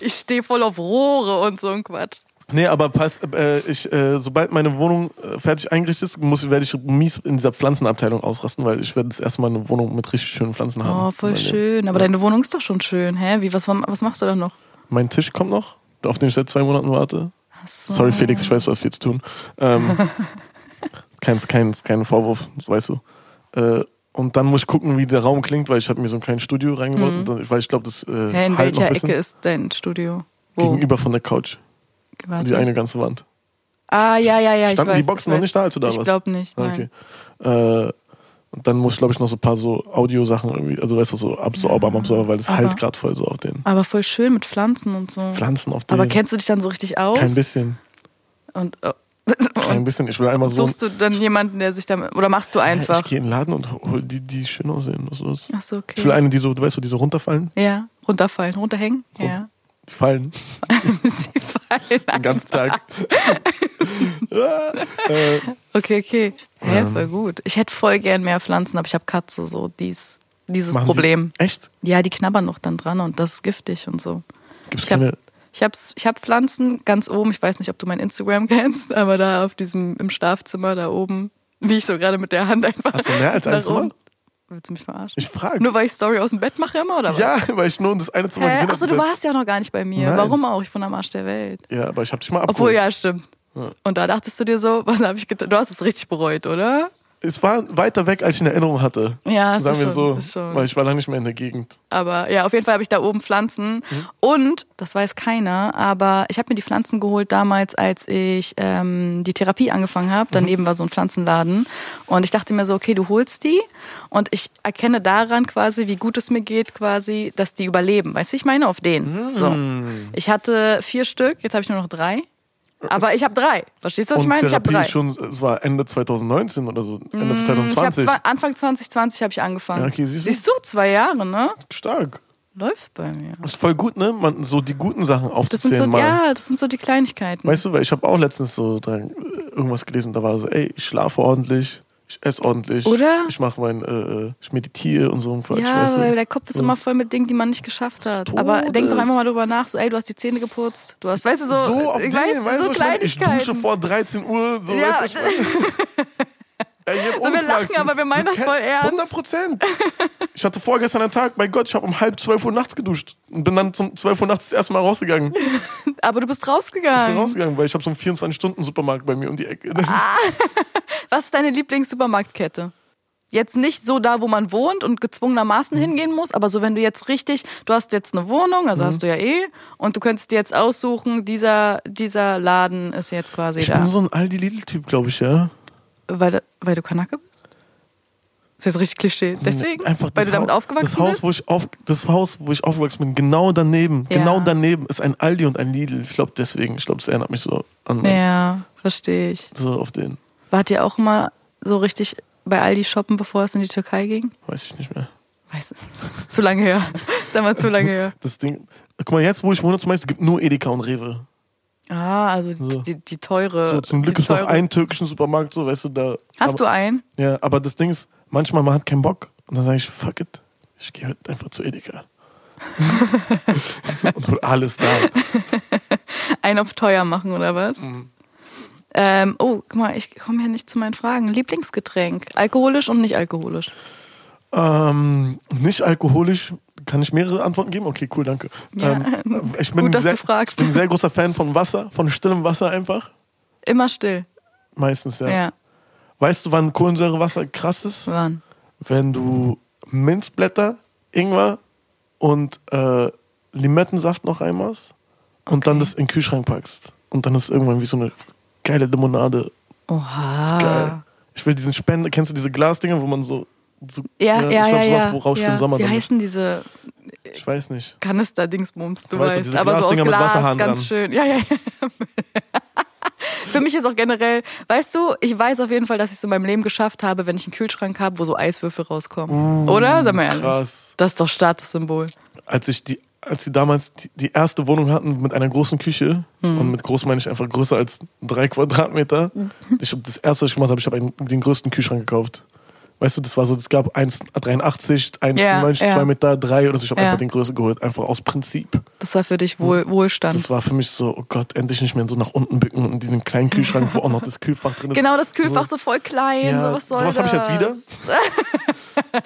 ich stehe voll auf Rohre und so ein Quatsch. Nee, aber pass, äh, ich, äh, sobald meine Wohnung äh, fertig eingerichtet ist, muss, werde ich mies in dieser Pflanzenabteilung ausrasten, weil ich werde das erste Mal eine Wohnung mit richtig schönen Pflanzen haben. Oh, voll Mein- schön. Aber deine Wohnung ist doch schon schön, hä? Wie, was, was machst du da noch? Mein Tisch kommt noch, auf den ich seit zwei Monaten warte. Ach so. Sorry, Felix, ich weiß, du hast viel zu tun. Ähm, kein, kein, kein Vorwurf, das weißt du. Äh, und dann muss ich gucken, wie der Raum klingt, weil ich habe mir so ein kleines Studio reingebaut, und dann- weil ich glaube, das äh, Mhm. Hä, in halt noch welcher ein bisschen Ecke ist dein Studio? gegenüber von der Couch, die Warte. eine ganze Wand. Ah, ja, ja, ja. Ich Standen weiß, die Boxen ich noch weiß. nicht da, als du da Ich warst? glaube nicht. Ah, Nein. Okay. Äh, und dann muss ich, glaube ich, noch so ein paar so Audiosachen irgendwie, also weißt du, so Absorber, Absorber, weil das Aber- halt gerade voll so auf den Aber voll schön mit Pflanzen und so. Pflanzen, auf den. Aber kennst du dich dann so richtig aus? kein bisschen, Und, äh, kein und bisschen. Ich will einmal so. suchst du dann jemanden, der sich damit. Oder machst du Ich einfach? gehe in den Laden und hol die, die schön aussehen. Das ist. Ach so, okay. Ich will eine, die so, du weißt du, die so runterfallen, ja, runterfallen, runterhängen. Rum- Ja. die fallen Sie fallen. den ganzen Tag. Äh, Ja, äh, Okay, okay. Hä, voll gut. Ich hätte voll gern mehr Pflanzen, aber ich habe Katze, so dies, dieses machen die- Problem. Echt? Ja, die knabbern noch dann dran und das ist giftig und so. Gibt's Ich hab- keine. Ich hab's, ich hab Pflanzen ganz oben. Ich weiß nicht, ob du mein Instagram kennst, aber da auf diesem im Schlafzimmer da oben, wie ich so gerade mit der Hand einfach. Hast du mehr als ein nach oben- Zimmer? Willst du mich verarschen? Ich frage. Nur weil ich Story aus dem Bett mache immer oder was? Ja, weil ich nur in das eine Zimmer Hä? gesehen Achso, du hab. warst ja noch gar nicht bei mir. Nein. Warum auch? Ich bin am Arsch der Welt. Ja, aber ich hab dich mal abgeholt. Obwohl, ja, stimmt. Und da dachtest du dir so, was habe ich getan? Du hast es richtig bereut, oder? Es war weiter weg, als ich in Erinnerung hatte. Ja, es Sagen ist wir schon, so. ist schon. Weil ich war lange nicht mehr in der Gegend. Aber ja, auf jeden Fall habe ich da oben Pflanzen. Mhm. Und, das weiß keiner, aber ich habe mir die Pflanzen geholt damals, als ich ähm, die Therapie angefangen habe. Daneben Mhm. war so ein Pflanzenladen. Und ich dachte mir so, okay, du holst die. Und ich erkenne daran quasi, wie gut es mir geht, quasi, dass die überleben. Weißt du, wie ich meine? Auf den. So. Mhm. Ich hatte vier Stück, jetzt habe ich nur noch drei. Aber ich habe drei. Verstehst du, was Und ich meine? Ich habe Therapie drei. Mm, Mhm. ist schon, es war Ende 2019 oder so, Ende Ich hab 2020. zwei, Anfang 2020 habe ich angefangen. Ja, okay, siehst du? siehst du, zwei Jahre, ne? Stark. Läuft bei mir. Das ist voll gut, ne? Man, so die guten Sachen Das sind aufzuzählen so, mal. ja, das sind so die Kleinigkeiten. Weißt du, weil ich habe auch letztens so dran, irgendwas gelesen, da war so, ey, ich schlafe ordentlich, ich esse ordentlich. Oder? Ich mache mein, äh, ich meditiere und so ein Quatsch. Ja, weißt du? weil der Kopf ist immer voll mit Dingen, die man nicht geschafft hat. Aber denk doch Todes. einmal mal drüber nach, so ey, du hast die Zähne geputzt, du hast, weißt du, so, so auf ich Dinge, weiß, weißt so du, ich, meine, ich Kleinigkeiten. dusche vor 13 Uhr, so Ja. weißt du, ich meine, Ey, jetzt So, wir umfragst lachen, du. aber wir meinen Du das kenn- voll ernst. 100 Prozent. Ich hatte vorgestern einen Tag, mein Gott, ich habe um halb 12 Uhr nachts geduscht und bin dann zum 12 Uhr nachts das erste Mal rausgegangen. Ich Aber du bist bin rausgegangen. rausgegangen, weil ich habe so einen 24-Stunden-Supermarkt bei mir um die Ecke. Ah, Was ist deine Lieblingssupermarktkette? Jetzt nicht so da, wo man wohnt und gezwungenermaßen Mhm. hingehen muss, aber so wenn du jetzt richtig, du hast jetzt eine Wohnung, Mhm. also hast du ja eh, und du könntest dir jetzt aussuchen, dieser, dieser Laden ist jetzt quasi Ich da. bin so ein Aldi-Lidl-Typ, glaube ich, ja. weil, weil du Kanake bist? Ist jetzt richtig Klischee. Deswegen? Einfach weil das du damit Haus- aufgewachsen das Haus, bist? Wo ich auf, das Haus, wo ich aufgewachsen bin, genau daneben, Ja. genau daneben ist ein Aldi und ein Lidl. Ich glaube deswegen, ich glaube, es erinnert mich so an meinen- Ja, verstehe ich. so auf den, Wart ihr auch immer so richtig bei Aldi shoppen, bevor es in die Türkei ging? weiß ich nicht mehr. Weiß das ist zu lange her. Sag mal, zu lange her. Das Ding, guck mal, jetzt, wo ich wohne, zum Beispiel, es gibt nur Edeka und Rewe. Ah, also So. die, die teure. So, zum Glück Äh, die gibt es noch teure- einen türkischen Supermarkt, so, weißt du, da. Hast aber, du einen? Ja, aber das Ding ist, manchmal man hat keinen Bock und dann sage ich, fuck it, ich gehe heute einfach zu Edeka. und hol alles da. Einen auf teuer machen oder was? Mhm. Ähm, oh, guck mal, ich komme hier nicht zu meinen Fragen. Lieblingsgetränk. Alkoholisch und nicht alkoholisch. Ähm, nicht alkoholisch. Kann ich mehrere Antworten geben? Okay, cool, danke. Ja, ähm, ich bin gut, dass sehr, du fragst. Ich bin ein sehr großer Fan von Wasser, von stillem Wasser einfach. Immer still. Meistens, ja. Ja, Weißt du, wann Kohlensäurewasser krass ist? wann? Wenn du Minzblätter, Ingwer und äh, Limettensaft noch einmalst und dann das in den Kühlschrank packst. Und dann ist irgendwann wie so eine geile Limonade. Oha. Ist geil. Ich will diesen Spender, kennst du diese Glasdinger, wo man so. so Ja, ja, Ne, ich ja. glaube, ja, sowas brauchst du ja. im Sommer. Wie damit. heißen diese Ich weiß nicht. Kanister-Dingsbums, du Ich weiß, so weißt. diese Aber so aus Glasdinger mit Glas, Wasserhahn ganz dran. schön. Ja, ja, ja. Für mich ist auch generell, weißt du, ich weiß auf jeden Fall, dass ich es in meinem Leben geschafft habe, wenn ich einen Kühlschrank habe, wo so Eiswürfel rauskommen. Oder? Sag mal ehrlich. Uh, krass. Das ist doch Statussymbol. als ich die, als wir damals die, die erste Wohnung hatten mit einer großen Küche Hm. und mit groß meine ich einfach größer als drei Quadratmeter. Mhm. Ich habe das erste, was ich gemacht habe, ich habe einen- den größten Kühlschrank gekauft. Weißt du, das war so, es gab 1,83, 1,90, Ja, ja. 2 Meter, 3 oder so. Ich habe Ja. einfach den größten geholt, einfach aus Prinzip. Das war für dich Wohl, Wohlstand. Das war für mich so, oh Gott, endlich nicht mehr so nach unten bücken und in diesen kleinen Kühlschrank, wo auch noch das Kühlfach drin ist. genau, das Kühlfach so, voll klein, Ja, sowas soll sowas habe ich jetzt wieder. das?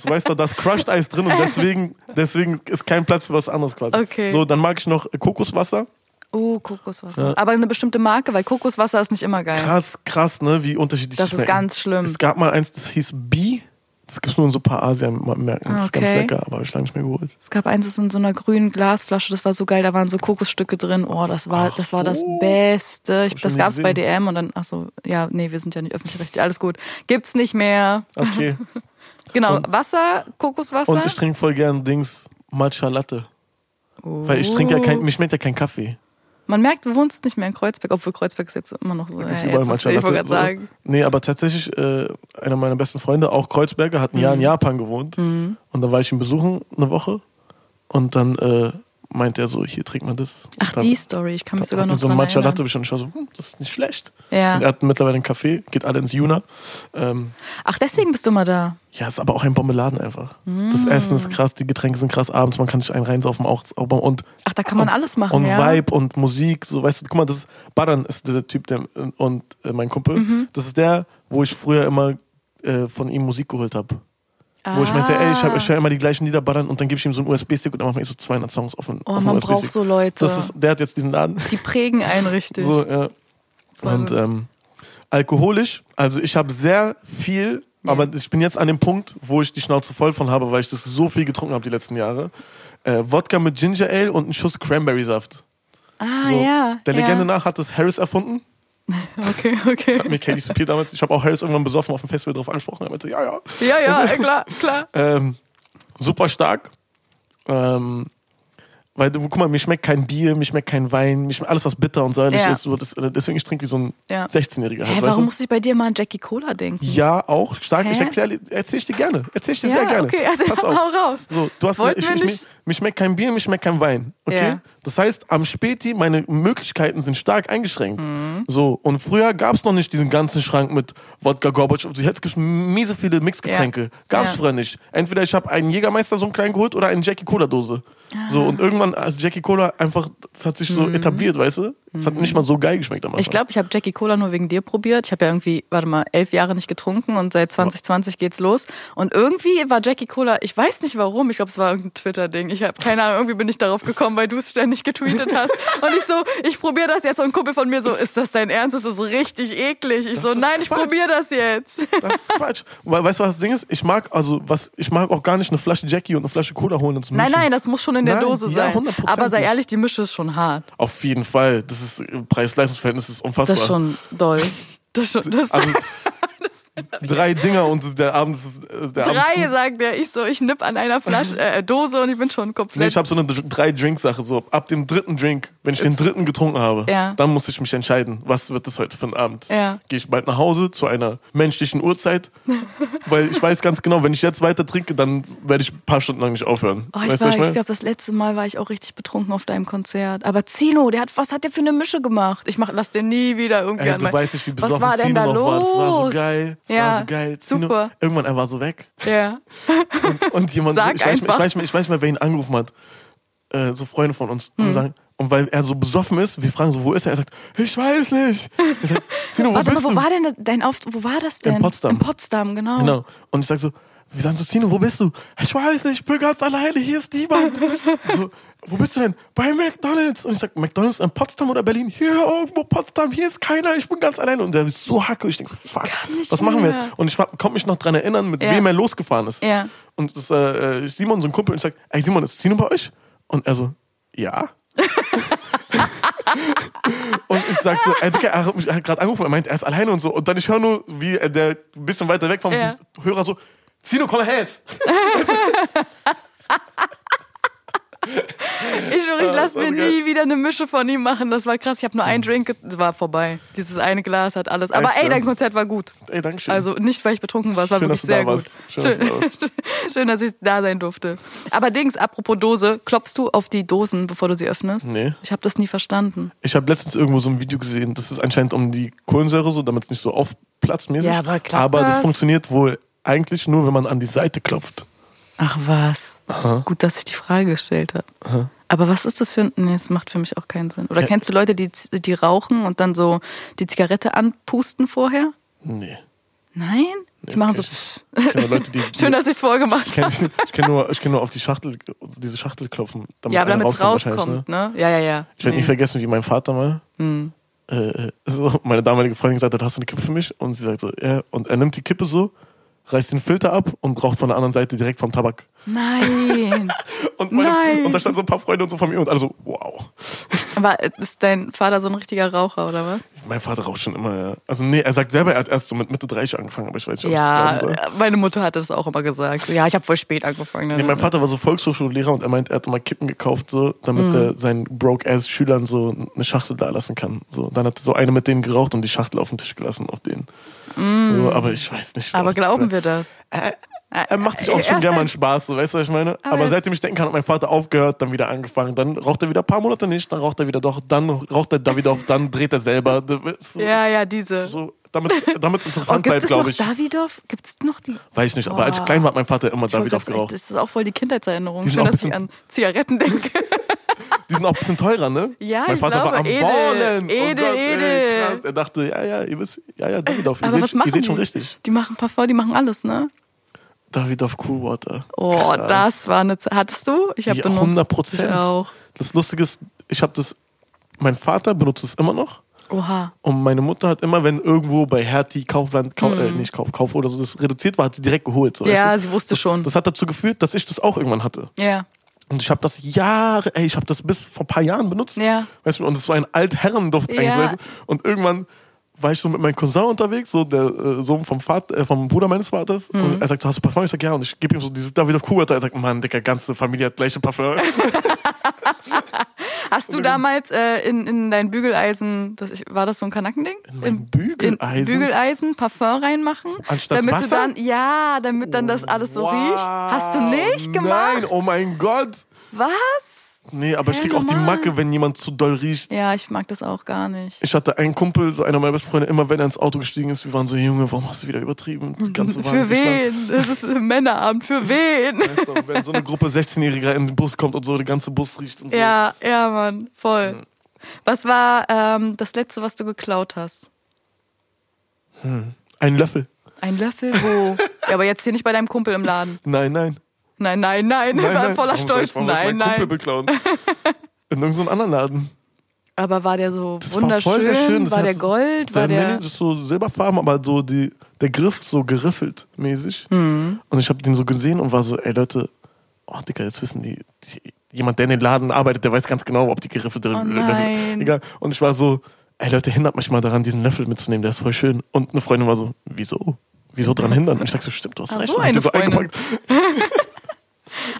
Du weißt doch, da ist Crushed Eis drin und deswegen, deswegen ist kein Platz für was anderes quasi. Okay. So, dann mag ich noch Kokoswasser. Oh, Kokoswasser. Aber eine bestimmte Marke, weil Kokoswasser ist nicht immer geil. krass, krass, ne, wie unterschiedlich Das die ist schmecken. ganz schlimm. Es gab mal eins, das hieß B. Das gibt's nur in so ein paar Asien-Märkten. Das ist ganz Okay. lecker, aber hab ich lange nicht mehr geholt. Es gab eins das in so einer grünen Glasflasche, das war so geil, da waren so Kokosstücke drin. Oh, das war, Ach das war das so. Beste. Ich, ich das noch nie gab es bei gesehen. DM und dann, ach so, ja, nee, wir sind ja nicht öffentlich rechtlich, alles gut. Gibt's nicht mehr. Okay. Genau, Und- Wasser, Kokoswasser. Und ich trinke voll gern Dings Matcha Latte. Weil ich trinke ja kein, mich schmeckt ja kein Kaffee. Oh. Man merkt, du wohnst nicht mehr in Kreuzberg, obwohl Kreuzberg ist jetzt immer noch so. Ja, Da gibt's jetzt überall ist- Matcha ich wollte Latte. gerade sagen. Nee, aber tatsächlich, äh, einer meiner besten Freunde, auch Kreuzberger, hat ein Jahr in Mhm. Japan gewohnt. Und da war ich ihn besuchen, eine Woche. Und dann äh, meint er so, hier trinkt man das. Und Ach, dann, die Story, ich kann mich sogar hat noch mir so dran Matcha erinnern. Latte bestimmt. Ich war so, hm, das ist nicht schlecht. Ja. Und er hat mittlerweile einen Kaffee, geht alle ins Juna. Ähm, Ach, deswegen bist du mal da. ja, ist aber auch ein Bombeladen einfach. Mm. Das Essen ist krass, die Getränke sind krass abends, man kann sich einen reinsaufen auch. auch beim- und, Ach, da kann man und, alles machen, Und ja. Vibe und Musik, so weißt du, guck mal, das ist, Baran ist der Typ, der und äh, mein Kumpel, Mhm. das ist der, wo ich früher immer äh, von ihm Musik geholt habe. Wo ich meinte, ey, ich, hab- ich Ah. höre immer die gleichen Lieder Baran und dann gebe ich ihm so einen USB-Stick und dann machen wir eh so 200 Songs auf, den- Oh, auf dem man USB-Stick. braucht so Leute. Das ist, der hat jetzt diesen Laden. Die prägen einen richtig. So, ja. Voll Und gut. ähm, alkoholisch, also ich habe sehr viel, aber ich bin jetzt an dem Punkt, wo ich die Schnauze voll von habe, weil ich das so viel getrunken habe die letzten Jahre. Äh, Wodka mit Ginger Ale und einen Schuss Cranberry-Saft. ah, So. ja. Der ja. Legende nach hat das Harris erfunden. Okay, okay. Hat mir Katie Supier damals, ich habe auch Harris irgendwann besoffen auf dem Festival drauf angesprochen. Er meinte, ja, ja. Ja, ja, klar, klar. Ähm, super stark. Ähm, weil, du- guck mal, mir schmeckt kein Bier, mir schmeckt kein Wein, mir schmeckt alles, was bitter und säuerlich Ja. ist. So, das, deswegen, ich trinke wie so ein Ja. 16-Jähriger. Hä, weißt warum du? muss ich bei dir mal an Jackie Cola denken? Ja, auch stark. Ich Hä? erkläre, erzähl ich dir gerne. Erzähl ich dir Ja, sehr gerne. okay, also Pass hau auf. raus. So, du hast Wollten ich, wir ich, nicht- Mich schmeckt kein Bier, mich schmeckt kein Wein. Okay? Ja. Das heißt, am Späti, meine Möglichkeiten sind stark eingeschränkt. Mhm. So, und früher gab es noch nicht diesen ganzen Schrank mit Wodka, Gorbatschow. Also, Jetzt gibt es miese viele Mixgetränke. Ja. Gab Ja. es früher nicht. Entweder ich habe einen Jägermeister so einen kleinen geholt oder eine Jackie Cola Dose. Ah. So, und irgendwann als Jackie Cola einfach, das hat sich so etabliert, weißt du? Es hat nicht mal so geil geschmeckt am Anfang. Mhm. Ich glaube, ich habe Jackie Cola nur wegen dir probiert. Ich habe ja irgendwie, warte mal, elf Jahre nicht getrunken und seit 2020 geht's los. Und irgendwie war Jackie Cola, ich weiß nicht warum, ich glaube, es war irgendein Twitter-Ding. Ich habe keine Ahnung, irgendwie bin ich darauf gekommen, weil du es ständig getweetet hast. Und ich so, ich probiere das jetzt. Und ein Kumpel von mir so, ist das dein Ernst? Das ist richtig eklig. Ich so, ist nein, ich Quatsch. probiere das jetzt. Das ist Quatsch. Weil, weißt du, was das Ding ist? Ich mag, also, was, ich mag auch gar nicht eine Flasche Jackie und eine Flasche Cola holen und Nein, nein, das muss schon in der Nein, Dose ja, sein. hundertprozentig. Aber sei ehrlich, die Mische ist schon hart. Auf jeden Fall. Das ist, äh, Preis-Leistungs-Verhältnis ist unfassbar. Das ist schon doll. Das ist schon, das Also, drei Dinger und der Abend ist, äh, der Abend ist Drei, sagt er. Ich so, ich nipp an einer Flasche, äh, Dose und ich bin schon komplett. Nee, ich habe so eine Dr- Drei-Drink-Sache. So, ab dem dritten Drink, wenn ich den dritten getrunken habe, Ja. dann muss ich mich entscheiden, was wird das heute für ein Abend? Ja. Gehe ich bald nach Hause zu einer menschlichen Uhrzeit? Weil ich weiß ganz genau, wenn ich jetzt weiter trinke, dann werde ich ein paar Stunden lang nicht aufhören. Oh, ich weißt du, was war, ich ich, meine? glaube, das letzte Mal war ich auch richtig betrunken auf deinem Konzert. Aber Zino, der hat, was hat der für eine Mische gemacht? Ich mach, lass den nie wieder irgendwie Ey, an du mein- weißt nicht, wie besoffen Was war denn Zino da noch los? war. Das war so geil. Das ja, war so geil. Zino, super. Irgendwann, er war so weg. Ja. Und jemand, Sag ich, weiß, nicht- ich, einfach. weiß, nicht- ich weiß nicht mehr, wer ihn angerufen hat. Äh, so Freunde von uns. Hm. Und, sagen, und weil er so besoffen ist, wir fragen so, wo ist er? Er sagt, ich weiß nicht. Ich sag, Zino, wo Warte bist mal, wo du? war denn das- dein Auf, wo war das denn? Potsdam. In Potsdam, genau. Genau. Und ich sag so, wir sagen so, Zino, wo bist du? Ich weiß nicht, ich bin ganz alleine, hier ist niemand. so, wo bist du denn? Bei McDonalds. Und ich sag, McDonalds in Potsdam oder Berlin? Hier irgendwo Potsdam, hier ist keiner, ich bin ganz alleine. Und der ist so hacke. Ich denk so, fuck, nicht was machen wir mehr. jetzt? Und ich konnte mich noch dran erinnern, mit Ja. wem er losgefahren ist. Ja. Und das, äh, äh, Simon, so ein Kumpel, und ich sag, ey Simon, ist Zino bei euch? Und er so, ja. Und ich sag so, ey, Digga, er hat mich gerade angerufen, er meint, er ist alleine und so. Und dann ich höre nur, wie äh, der ein bisschen weiter weg vom Ja. Hörer so, Zino, komm her jetzt. Ich schwöre, ich lass das war mir so geil. nie wieder eine Mische von ihm machen. Das war krass. Ich habe nur einen Drink, ge- es war vorbei. Dieses eine Glas hat alles. Aber Echt, ey, ja? dein Konzert war gut. Ey, Dankeschön. Also nicht, weil ich betrunken war, es war Schön, wirklich dass du da sehr gut. warst. Schön, dass du da Schön, dass ich da sein durfte. Aber Dings, apropos Dose, klopfst du auf die Dosen, bevor du sie öffnest? Nee. Ich habe das nie verstanden. ich habe letztens irgendwo so ein Video gesehen, das ist anscheinend um die Kohlensäure so, damit es nicht so aufplatzmäßig. Ja, aber klappt aber das das? funktioniert wohl eigentlich nur, wenn man an die Seite klopft. Ach was. Gut, dass ich die Frage gestellt habe. Aber was ist das für ein. Nee, das macht für mich auch keinen Sinn. Oder Ja. kennst du Leute, die, die rauchen und dann so die Zigarette anpusten vorher? Nee. Nein? Nee, ich mache das so. kenn Ich kenne Leute, die, die Schön, dass ich es vorgemacht kenn habe. ich, ich kenn nur, ich kenn nur auf die Schachtel, diese Schachtel klopfen. Damit Ja, aber einer damit es wahrscheinlich, ne? rauskommt, ne? Ja, ja, ja. Ich werde nie Nee. Hm. vergessen, wie mein Vater mal, äh, so, meine damalige Freundin gesagt hat, hast du eine Kippe für mich? Und sie sagt so, ja. Und er nimmt die Kippe so, reißt den Filter ab und raucht von der anderen Seite direkt vom Tabak. Nein. Und, meine, Nein. und da standen so ein paar Freunde und so von mir und alle so, wow. Aber ist dein Vater so ein richtiger Raucher, oder was? Mein Vater raucht schon immer, ja. Also nee, er sagt selber, er hat erst so mit Mitte 30 angefangen, aber ich weiß nicht, ob ich Ja, das glauben soll. meine Mutter hatte das auch immer gesagt. Ja, ich habe voll spät angefangen. Nee, mein Vater war so Volksschullehrer und er meint, er hat immer Kippen gekauft, so, damit Hm. er seinen Broke-Ass-Schülern so eine Schachtel da lassen kann. So, dann hat so eine mit denen geraucht und die Schachtel auf den Tisch gelassen, auf den. So, aber ich weiß nicht. Hm. Aber ob das- glauben wir das? Er macht sich auch schon Erst gerne mal ein- einen Spaß, so, weißt du, was ich meine? Aber, jetzt- seitdem ich denken kann, hat mein Vater aufgehört, dann wieder angefangen, dann raucht er wieder ein paar Monate nicht, dann raucht er wieder doch, dann raucht er da wieder auf, dann dreht er selber. Ja, ja, diese. So, damit es Oh, gibt interessant bleibt, es noch glaube ich. Davidoff? Gibt es noch die? Weiß ich nicht, aber als Boah. klein war hat mein Vater immer Ich wollte Davidoff grad- geraucht. Das ist auch voll die Kindheitserinnerung. Die sind Schön, auch dass ich bisschen- an Zigaretten denke. Die sind auch ein bisschen teurer, ne? Ja, mein ich Vater war glaube, am edel. Ballen. Oh Edel, ey, edel. krass. Er dachte, ja, ja, ihr wisst, ja, ja, Davidoff, ihr Aber seht, was schon- machen ihr seht schon die? richtig. Die machen Parfum, die machen alles, ne? Davidoff Coolwater. Oh, Krass. das war eine Zeit. Hattest du? Ich habe ja, benutzt. 100 Prozent. Ich auch. Das Lustige ist, ich habe das, mein Vater benutzt es immer noch. Oha. Und meine Mutter hat immer, wenn irgendwo bei Hertie, Kaufland, Kau äh, nicht Kauf, Kauf oder so, das reduziert war, hat sie direkt geholt. So, Mhm. Ja, weißt du? sie wusste das, schon. Das hat dazu geführt, dass ich das auch irgendwann hatte. Ja. Und ich habe das Jahre, ey, ich habe das bis vor ein paar Jahren benutzt. Ja. Weißt du, und es war ein Altherrenduft eigentlich, Ja. weißt du? Und irgendwann war ich so mit meinem Cousin unterwegs, so der äh, Sohn vom, Vater, äh, vom Bruder meines Vaters. Und Mhm. er sagt, so, hast du Parfum? Ich sag, ja. Und ich gebe ihm so dieses David auf Kuhwater. Er sagt, Mann, Dicker, ganze Familie hat gleiche Parfum. Hast du damals äh, in, in dein Bügeleisen, das ich, war das so ein Kanackending? mein in Bügeleisen. Bügeleisen Parfum reinmachen. Anstatt damit Wasser? du dann, ja, damit dann das alles so Wow. riecht. Hast du nicht gemacht? Nein, oh mein Gott. Was? Nee, aber ich Hä, krieg auch die normal. Macke, wenn jemand zu doll riecht. Ja, ich mag das auch gar nicht. Ich hatte einen Kumpel, so einer meiner besten Freunde, immer wenn er ins Auto gestiegen ist, wir waren so, Junge, warum hast du wieder übertrieben? Das ganze Wagen Für wen? Es ist ein Männerabend, für wen? geschlagen. Weißt du, wenn so eine Gruppe 16-Jähriger in den Bus kommt und so der ganze Bus riecht und so. Ja, ja, Mann, voll. Was war ähm, das letzte, was du geklaut hast? Ein Löffel. Ein Löffel? Wo? ja, aber jetzt hier nicht bei deinem Kumpel im Laden. Nein, nein. Nein, nein, nein. nein, nein. Voller Warum soll Stolz. ich- warum soll ich Nein, meinen nein. Kumpel beklauen. In irgendeinem anderen Laden. Aber war der so Das war wunderschön? voll sehr schön. Das war hat der so- Gold? War Der, nee, der. das ist so silberfarben, aber so die, der Griff ist so geriffelt mäßig. Mhm. Und ich habe den so gesehen und war so, ey Leute, oh Digga, jetzt wissen die, die, jemand, der in den Laden arbeitet, der weiß ganz genau, ob die Griffe drin Oh nein. Egal. Und ich war so, ey Leute, hindert mich mal daran, diesen Löffel mitzunehmen, der ist voll schön. Und eine Freundin war so, wieso? Wieso dran hindern? Und ich sag so, stimmt, du hast Ah, recht. so Und hab die eine so Freundin. eingepackt.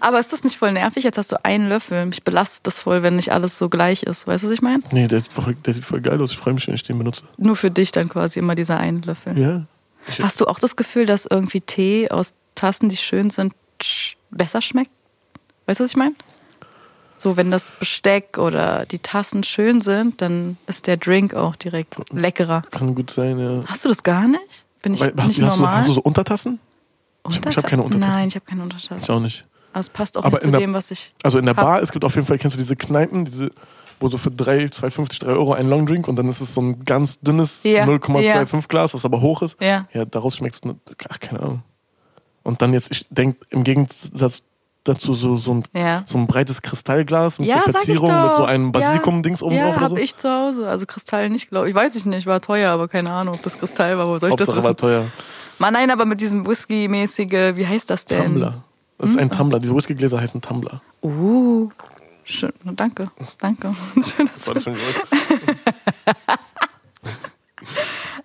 Aber ist das nicht voll nervig? Jetzt hast du einen Löffel. Mich belastet das voll, wenn nicht alles so gleich ist. Weißt du, was ich meine? Nee, der sieht, voll, der sieht voll geil aus. Ich freue mich, wenn ich den benutze. Nur für dich dann quasi immer dieser eine Löffel. Ja. Ich, Hast du auch das Gefühl, dass irgendwie Tee aus Tassen, die schön sind, sch- besser schmeckt? Weißt du, was ich meine? So, wenn das Besteck oder die Tassen schön sind, dann ist der Drink auch direkt leckerer. kann gut sein, ja. Hast du das gar nicht? Bin ich Weil, hast, nicht du, hast, du, normal? hast du so Untertassen? ich hab- ich hab keine Untertassen. Nein, ich habe keine Ich Untertassen. auch nicht. Aber es passt auch Aber nicht zu in der- dem, was ich. Also in der Hab- Bar, es gibt auf jeden Fall, kennst du diese Kneipen, diese, wo so für 3, 2,50, 3 Euro ein Longdrink und dann ist es so ein ganz dünnes Ja, 0,25 Glas, was aber hoch ist. Ja. Ja, daraus schmeckst du, ach, keine Ahnung. Und dann jetzt, ich denke, im Gegensatz dazu so, so, ein, Ja. so ein breites Kristallglas mit Ja, so sag ich Verzierung, doch. mit so einem Basilikum-Dings ja, oben ja, drauf oder hab so. ich zu Hause. Also Kristall nicht, glaube ich. Weiß ich nicht, war teuer, aber keine Ahnung, ob das Kristall war. Wo soll ich Hauptsache das wissen? war teuer. Mann, nein, aber mit diesem Whisky-mäßige, wie heißt das denn? Hm. Tumbler. Das ist ein Tumbler. Diese Whiskygläser heißen Tumbler. Uh, schön. Danke, danke. Schön, dass Was war das für ein Geräusch?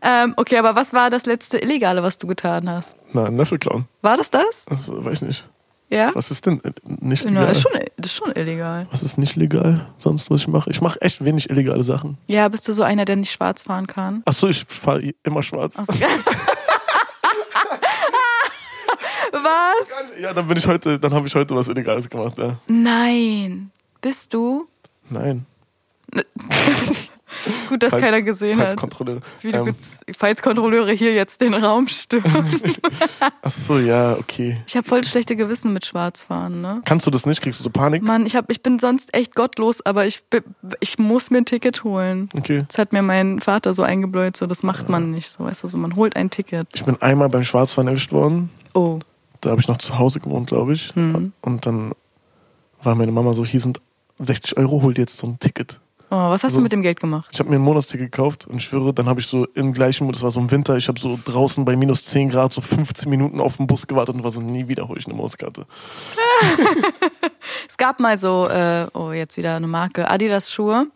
ähm, okay, aber was war das letzte Illegale, was du getan hast? Na, ein Löffel klauen. War das das? Das äh, weiß ich nicht. Ja? Was ist denn äh, nicht Na, legal? Genau, ist schon, das ist schon illegal. Was ist nicht legal sonst, was ich mache? Ich mache echt wenig illegale Sachen. Ja, bist du so einer, der nicht schwarz fahren kann? Ach so, ich fahre immer schwarz. Ach so. was? Ja, dann bin ich heute, dann habe ich heute was Illegales gemacht, ja. Nein. Bist du? Nein. Gut, dass Falls- keiner gesehen falls hat. Kontrolle. Wie du Ähm, gez- falls Kontrolleure hier jetzt den Raum stürmen. ach so, ja, okay. Ich habe voll das schlechte Gewissen mit Schwarzfahren, ne? Kannst du das nicht? Kriegst du so Panik? Mann, ich, hab, ich bin sonst echt gottlos, aber ich, bi- ich muss mir ein Ticket holen. Okay. Das hat mir mein Vater so eingebläut, so das macht man nicht, so weißt du, so man holt ein Ticket. Ich bin einmal beim Schwarzfahren erwischt worden. Oh, Da habe ich noch zu Hause gewohnt, glaube ich. Mhm. Und dann war meine Mama so, hier sind 60 Euro, hol dir jetzt so ein Ticket. oh was hast So. du mit dem Geld gemacht? Ich habe mir ein Monatsticket gekauft und ich schwöre, dann habe ich so im gleichen, das war so im Winter, ich habe so draußen bei minus 10 Grad so 15 Minuten auf den Bus gewartet und war so, nie wieder hole ich eine Monatskarte. Es gab mal so, äh, oh jetzt wieder eine Marke, Adidas Schuhe.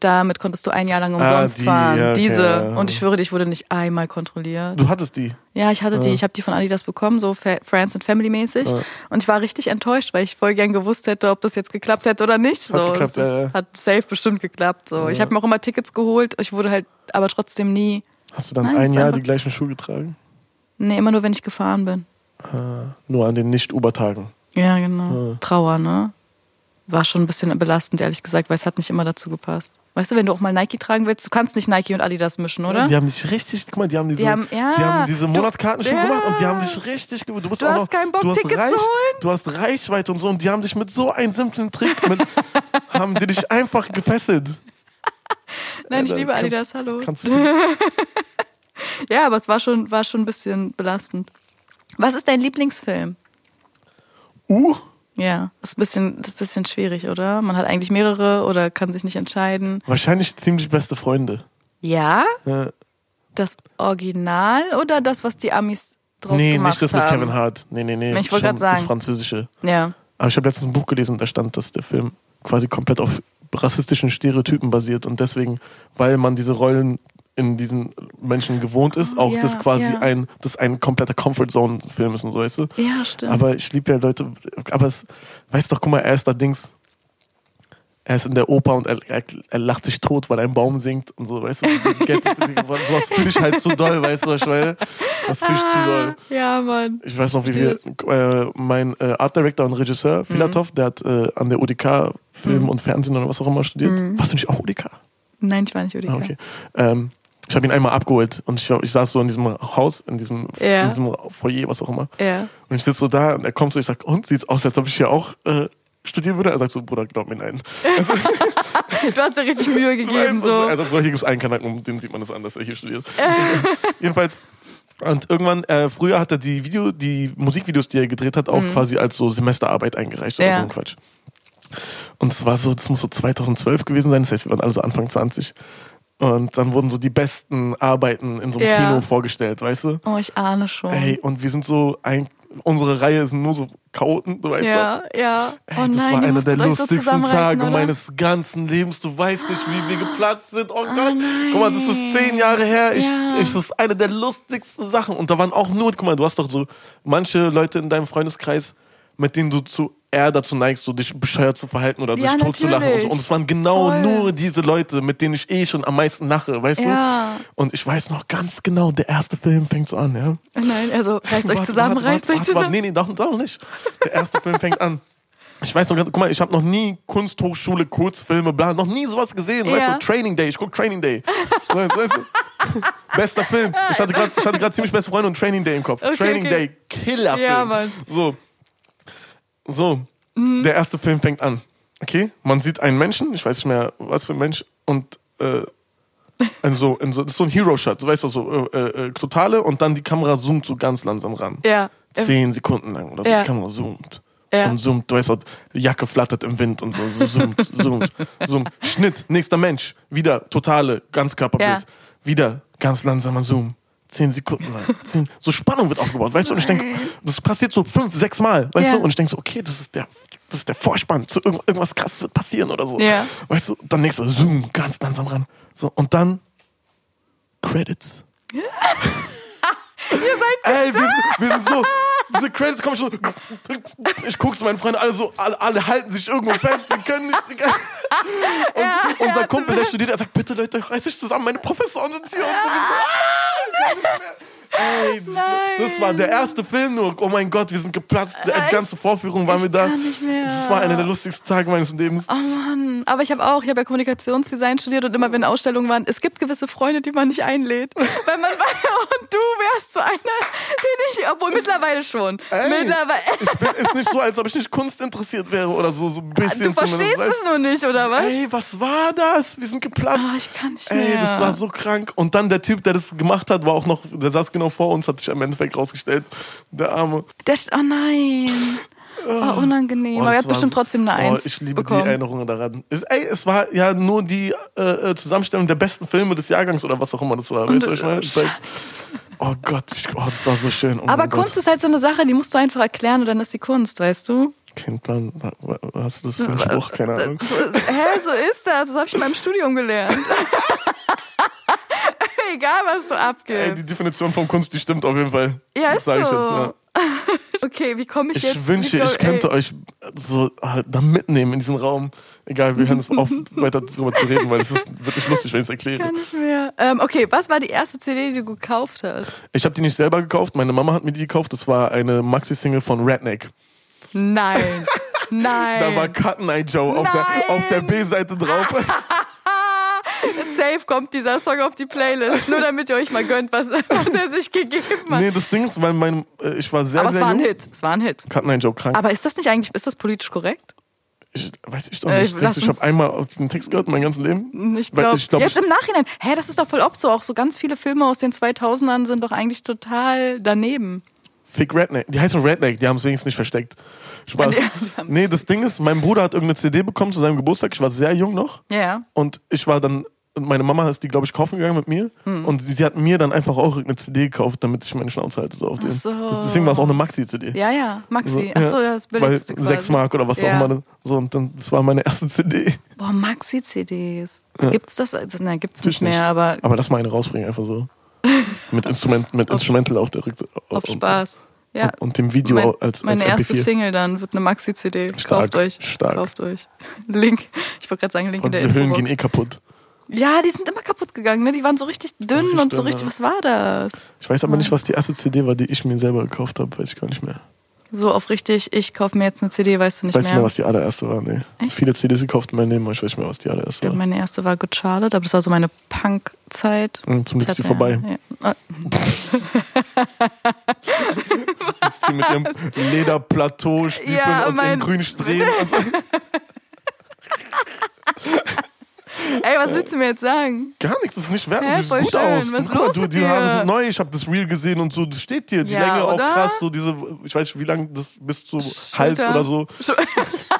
Damit konntest du ein Jahr lang umsonst Mhm. Ah, die, fahren. ja, okay, Diese. ja. Und ich schwöre dir, ich wurde nicht einmal kontrolliert. Du hattest die. Ja, ich hatte die, ich habe die von Adidas bekommen, so Fa- Friends and Family mäßig. Und ich war richtig enttäuscht, weil ich voll gern gewusst hätte, ob das jetzt geklappt hätte oder nicht. So, Hat geklappt, es ist, ja, ja. hat safe bestimmt geklappt. So, ich habe mir auch immer Tickets geholt. Ich wurde halt, aber trotzdem nie, Hast du dann Nein, ein ist Jahr einfach- die gleichen Schuhe getragen? Ah, nee, immer nur, wenn ich gefahren bin. Nur an den Nicht-Uber-Tagen. Ja, genau. Trauer, ne? War schon ein bisschen belastend, ehrlich gesagt, weil es hat nicht immer dazu gepasst. Weißt du, wenn du auch mal Nike tragen willst, du kannst nicht Nike und Adidas mischen, oder? Die haben dich richtig, guck mal, die haben diese, Die haben- ja. die haben diese Du- Monatskarten schon ja. gemacht und die haben dich richtig gewöhnt. Du, bist Du auch hast noch, keinen Bock, du hast Tickets zu Reich, holen. Du hast Reichweite und so und die haben dich mit so einem simplen Trick, mit, haben die dich einfach gefesselt. Nein, ich Alter, liebe kannst- Adidas, hallo. Kannst du Ja, aber es war schon, war schon ein bisschen belastend. Was ist dein Lieblingsfilm? uh, Ja, ist ein bisschen, ist ein bisschen schwierig, oder? Man hat eigentlich mehrere oder kann sich nicht entscheiden. wahrscheinlich ziemlich beste Freunde. Ja? Ja. Das Original oder das, was die Amis draus Nee, gemacht nicht das haben? mit Kevin Hart. Nee, nee, nee. Ich wollte schon grad sagen. Das französische. Ja. Aber ich habe letztens ein Buch gelesen und da stand, dass der Film quasi komplett auf rassistischen Stereotypen basiert und deswegen, weil man diese Rollen in diesen Menschen gewohnt ist, auch Ah, ja, das quasi ja. ein, das ein kompletter Comfort Zone Film ist und so, weißt du? Ja, stimmt. Aber ich liebe ja Leute, aber es, weißt doch, guck mal, er ist da Dings, er ist in der Oper und er, er, er lacht sich tot, weil ein Baum singt und so, weißt du, diese Get- diese- sowas fühle ich halt zu doll, weißt du, was ich meine? Das fühle ich zu doll. Ah, Ja, Mann. Ich weiß noch, wie wir, äh, mein äh, Art Director und Mhm. Regisseur, Filatov, der hat äh, an der UDK Film und Fernsehen oder was auch immer studiert. Mhm. Warst du nicht auch UDK? Nein, ich war nicht Udika. Ah, okay. Ähm, ich habe ihn einmal abgeholt und ich, ich saß so in diesem Haus, in diesem, Ja. in diesem Foyer, was auch immer. Ja. Und ich sitze so da und er kommt so, ich sag, und sieht's aus, als ob ich hier auch äh, studieren würde? Er sagt so, Bruder, glaub mir nein. Du hast dir richtig Mühe gegeben, Also, so. Äh. also Bruder, hier gibt's einen Kanaken, um den sieht man das an, dass er hier studiert. Jedenfalls. Und irgendwann, äh, früher hat er die Video, die Musikvideos, die er gedreht hat, auch quasi als so Semesterarbeit eingereicht oder Mhm. Ja. so ein Quatsch. Und es war so, das muss so 2012 gewesen sein, das heißt, wir waren alle so Anfang 20. Und dann wurden so die besten Arbeiten in so einem Ja. Kino vorgestellt, weißt du? Oh, ich ahne schon. Ey, und wir sind so, ein, unsere Reihe ist nur so Chaoten, du weißt du? ja, ja. Ey, oh nein, das war ihr einer musstet der euch so lustigsten zusammenreißen, Tage oder? meines ganzen Lebens. Du weißt nicht, wie wir geplatzt sind. Oh Gott, nein. guck mal, das ist zehn Jahre her. Ich, Ja. ich, das ist eine der lustigsten Sachen. Und da waren auch nur, guck mal, du hast doch so manche Leute in deinem Freundeskreis, mit denen du zu eher dazu neigst, so dich bescheuert zu verhalten oder Ja, sich tot zu lachen. Und, so. natürlich. und es waren genau Voll. nur diese Leute, mit denen ich eh schon am meisten lache, weißt Ja. du? Und ich weiß noch ganz genau, der erste Film fängt so an, ja? Nein, also reißt euch Warte, zusammen, reißt euch warte, warte, warte, warte. zusammen. Nee, nee, doch, doch nicht. Der erste Film fängt an. Ich weiß noch, ganz- guck mal, ich habe noch nie Kunsthochschule, Kurzfilme, bla, noch nie sowas gesehen. Weißt Ja. du, Training Day, ich guck Training Day. Weißt, weißt du? Bester Film. Ich hatte gerade ich hatte grad ziemlich beste Freunde und Training Day im Kopf. Okay, Training okay. Day, Killerfilm. Ja, Mann. Mhm. So. So. Der erste Film fängt an. Okay? Man sieht einen Menschen, ich weiß nicht mehr, was für ein Mensch, und äh, in so, in so, das ist so ein Hero-Shot, so, weißt du, so äh, äh, totale und dann die Kamera zoomt so ganz langsam ran. Ja. Zehn Sekunden lang oder so, Ja. die Kamera zoomt. Ja. Und zoomt, du weißt auch, Jacke flattert im Wind und so, so zoomt, zoomt, zoomt. Schnitt, nächster Mensch, wieder totale Ganzkörperbild. Ja. Wieder ganz langsamer Zoom. Zehn Sekunden lang. Zehn. So Spannung wird aufgebaut, weißt du? Und ich denke, das passiert so fünf, sechs Mal, weißt Ja. du? Und ich denke so, okay, das ist der, das ist der Vorspann. Zu irgend, irgendwas krasses wird passieren oder so. Ja. Weißt du? Dann nächstes Mal Zoom, ganz langsam ran. So, und dann Credits. Ey, wir, sind- wir sind so. Diese Credits kommen schon. so- Ich guck's meinen Freunden alle so, alle, alle halten sich irgendwo fest, wir können nicht. Und unser Kumpel, der studiert, er sagt, bitte Leute, reiß dich zusammen, meine Professoren sind hier und so. Wir so. ah, kann nicht mehr. Ey, das, das war der erste Film nur. Oh mein Gott, wir sind geplatzt. Die ganze Vorführung waren wir da. kann nicht mehr. Das war einer der lustigsten Tage meines Lebens. Oh Mann, aber ich habe auch, ich habe ja Kommunikationsdesign studiert und Oh. immer wenn Ausstellungen waren, es gibt gewisse Freunde, die man nicht einlädt. Weil man war und du wärst so einer, die nicht, obwohl mittlerweile schon. Ey. Mittlerweile. Ich bin, ist nicht so, als ob ich nicht Kunst interessiert wäre oder so, so ein bisschen Ah, Du verstehst weißt es nur nicht, oder was? Ey, was war das? Wir sind geplatzt. Ah, ich kann nicht Ey, mehr. das war so krank. Und dann der Typ, der das gemacht hat, war auch noch, der saß genau vor uns, hat sich am Endeffekt rausgestellt. Der Arme. Der, st- oh nein. Oh, unangenehm. aber das er hat war bestimmt so- trotzdem eine Oh, Eins ich liebe bekommen. die Erinnerungen daran. Es, ey, es war ja nur die äh, äh, Zusammenstellung der besten Filme des Jahrgangs oder was auch immer das war. Weißt du, was ich meine? Das heißt, oh Gott, ich, oh, das war so schön. Oh aber mein Gott. Kunst ist halt so eine Sache, die musst du einfach erklären und dann ist die Kunst, weißt du? Kennt man, wa- wa- hast du das für einen Spruch? Keine äh, Ahnung. Hä, so ist das. Das habe ich in meinem Studium gelernt. Egal, was du Ey, abgibst. die Definition von Kunst, die stimmt auf jeden Fall. Ja, Das ist sag ich so. jetzt, ja. Okay, wie komme ich, jetzt? um? Ich wünsche, ich könnte euch so ah, da mitnehmen in diesem Raum. Egal, wir hören es auf, weiter drüber zu reden, weil es ist wirklich lustig, wenn ich es erkläre. Kann nicht mehr. Ähm, okay, was war die erste CD, die du gekauft hast? Ich habe die nicht selber gekauft, meine Mama hat mir die gekauft. Das war eine Maxi-Single von Redneck. Nein. Nein. Da war Cotton Eye Joe auf der, Nein. Ah, auf der B-Seite drauf. Safe kommt dieser Song auf die Playlist. Nur damit ihr euch mal gönnt, was, was er sich gegeben hat. nee, das Ding ist, weil mein, äh, ich war sehr, Aber es sehr war ein jung. Hit. Es war ein Hit. Cotton Eye Joe krank. Aber ist das nicht eigentlich, ist das politisch korrekt? ich, weiß ich doch Äh, nicht. lass Denkst du, ich uns- habe einmal auf den Text gehört, mein ganzes Leben. Hm, Ich Weil glaube, ich glaub, jetzt ich- im Nachhinein. Hä, das ist doch voll oft so. Auch so ganz viele Filme aus den 2000ern sind doch eigentlich total daneben. Fick Redneck. Die heißen Redneck, die haben es wenigstens nicht versteckt. Spaß. Die- die haben's nee, das Ding ist, mein Bruder hat irgendeine CD bekommen zu seinem Geburtstag. Ich war sehr jung noch. Ja, ja. Und ich war dann, und meine Mama ist die, glaube ich, kaufen gegangen mit mir. Hm. Und sie, sie hat mir dann einfach auch irgendeine CD gekauft, damit ich meine Schnauze halte. So auf den. so. Das, deswegen war es auch eine Maxi-CD. Ja, ja. So, Maxi. Achso, ja. das billigste Weil sechs Mark oder was Ja. auch immer. So, und dann, das war meine erste CD. Boah, Maxi-CDs. Gibt's das? das nein, gibt's Natürlich nicht mehr, aber aber lass mal eine rausbringen, einfach so. Mit, Instrument, mit Instrumental auf der Rückseite. auf Spaß. Ja. Und, und dem Video Mein- als, als meine MP4. erste Single dann wird eine Maxi-CD. Stark, Kauft euch. stark. Kauft euch. Link. Ich Ich wollte gerade sagen, Link Und in der diese Hüllen Infobox. gehen eh kaputt. Ja, die sind immer kaputt gegangen, ne? Die waren so richtig dünn Richtig und so dünn, richtig, ja. was war das? Ich weiß aber nicht, was die erste CD war, die ich mir selber gekauft habe. Weiß ich gar nicht mehr. So auf richtig, ich kaufe mir jetzt eine CD, weißt du nicht Ich weiß nicht mehr. mehr, was die allererste war. Nee. Echt? Viele CDs gekauft in meinem Leben, aber ich weiß nicht mehr, was die ich allererste glaube, war. meine erste war Good Charlotte, aber das war so meine Punk-Zeit. Mhm, Zum Glück ist die Ich hab vorbei. mir- Ja. Ah, Sitzt sie mit ihrem Lederplateau, Stiefeln Ja, und ihren mein- grünen Strähnen. Also, Ey, was willst du mir jetzt sagen? gar nichts, das ist nicht wert. Hä, Du siehst voll gut schön. aus. Was Guck mal, los du, mit die dir? Haare sind neu, ich habe das Reel gesehen und so, das steht dir. Die Ja, Länge auch oder? krass, so diese, ich weiß nicht, wie lang das bis zu Hals oder so. Schul-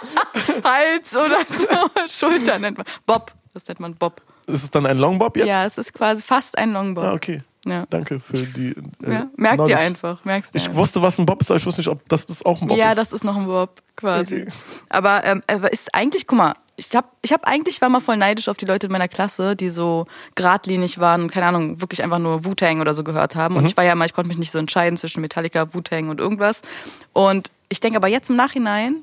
Hals oder so. Schulter nennt man. Bob. Das nennt man Bob. Ist es dann ein Longbob jetzt? Ja, es ist quasi fast ein Longbob. Ah, okay. ja. Danke für die. Äh, ja. Merk Knowledge. dir einfach. Merkst dir Ich einfach. wusste, was ein Bob ist, aber ich wusste nicht, ob das, das auch ein Bob ja, ist. das ist noch ein Bob quasi. Okay. Aber, ähm, aber ist eigentlich, guck mal, ich hab, ich hab eigentlich war mal voll neidisch auf die Leute in meiner Klasse, die so geradlinig waren und keine Ahnung, wirklich einfach nur Wu-Tang oder so gehört haben. Und ich war ja mal, ich konnte mich nicht so entscheiden zwischen Metallica, Wu-Tang und irgendwas. Und ich denke aber jetzt im Nachhinein,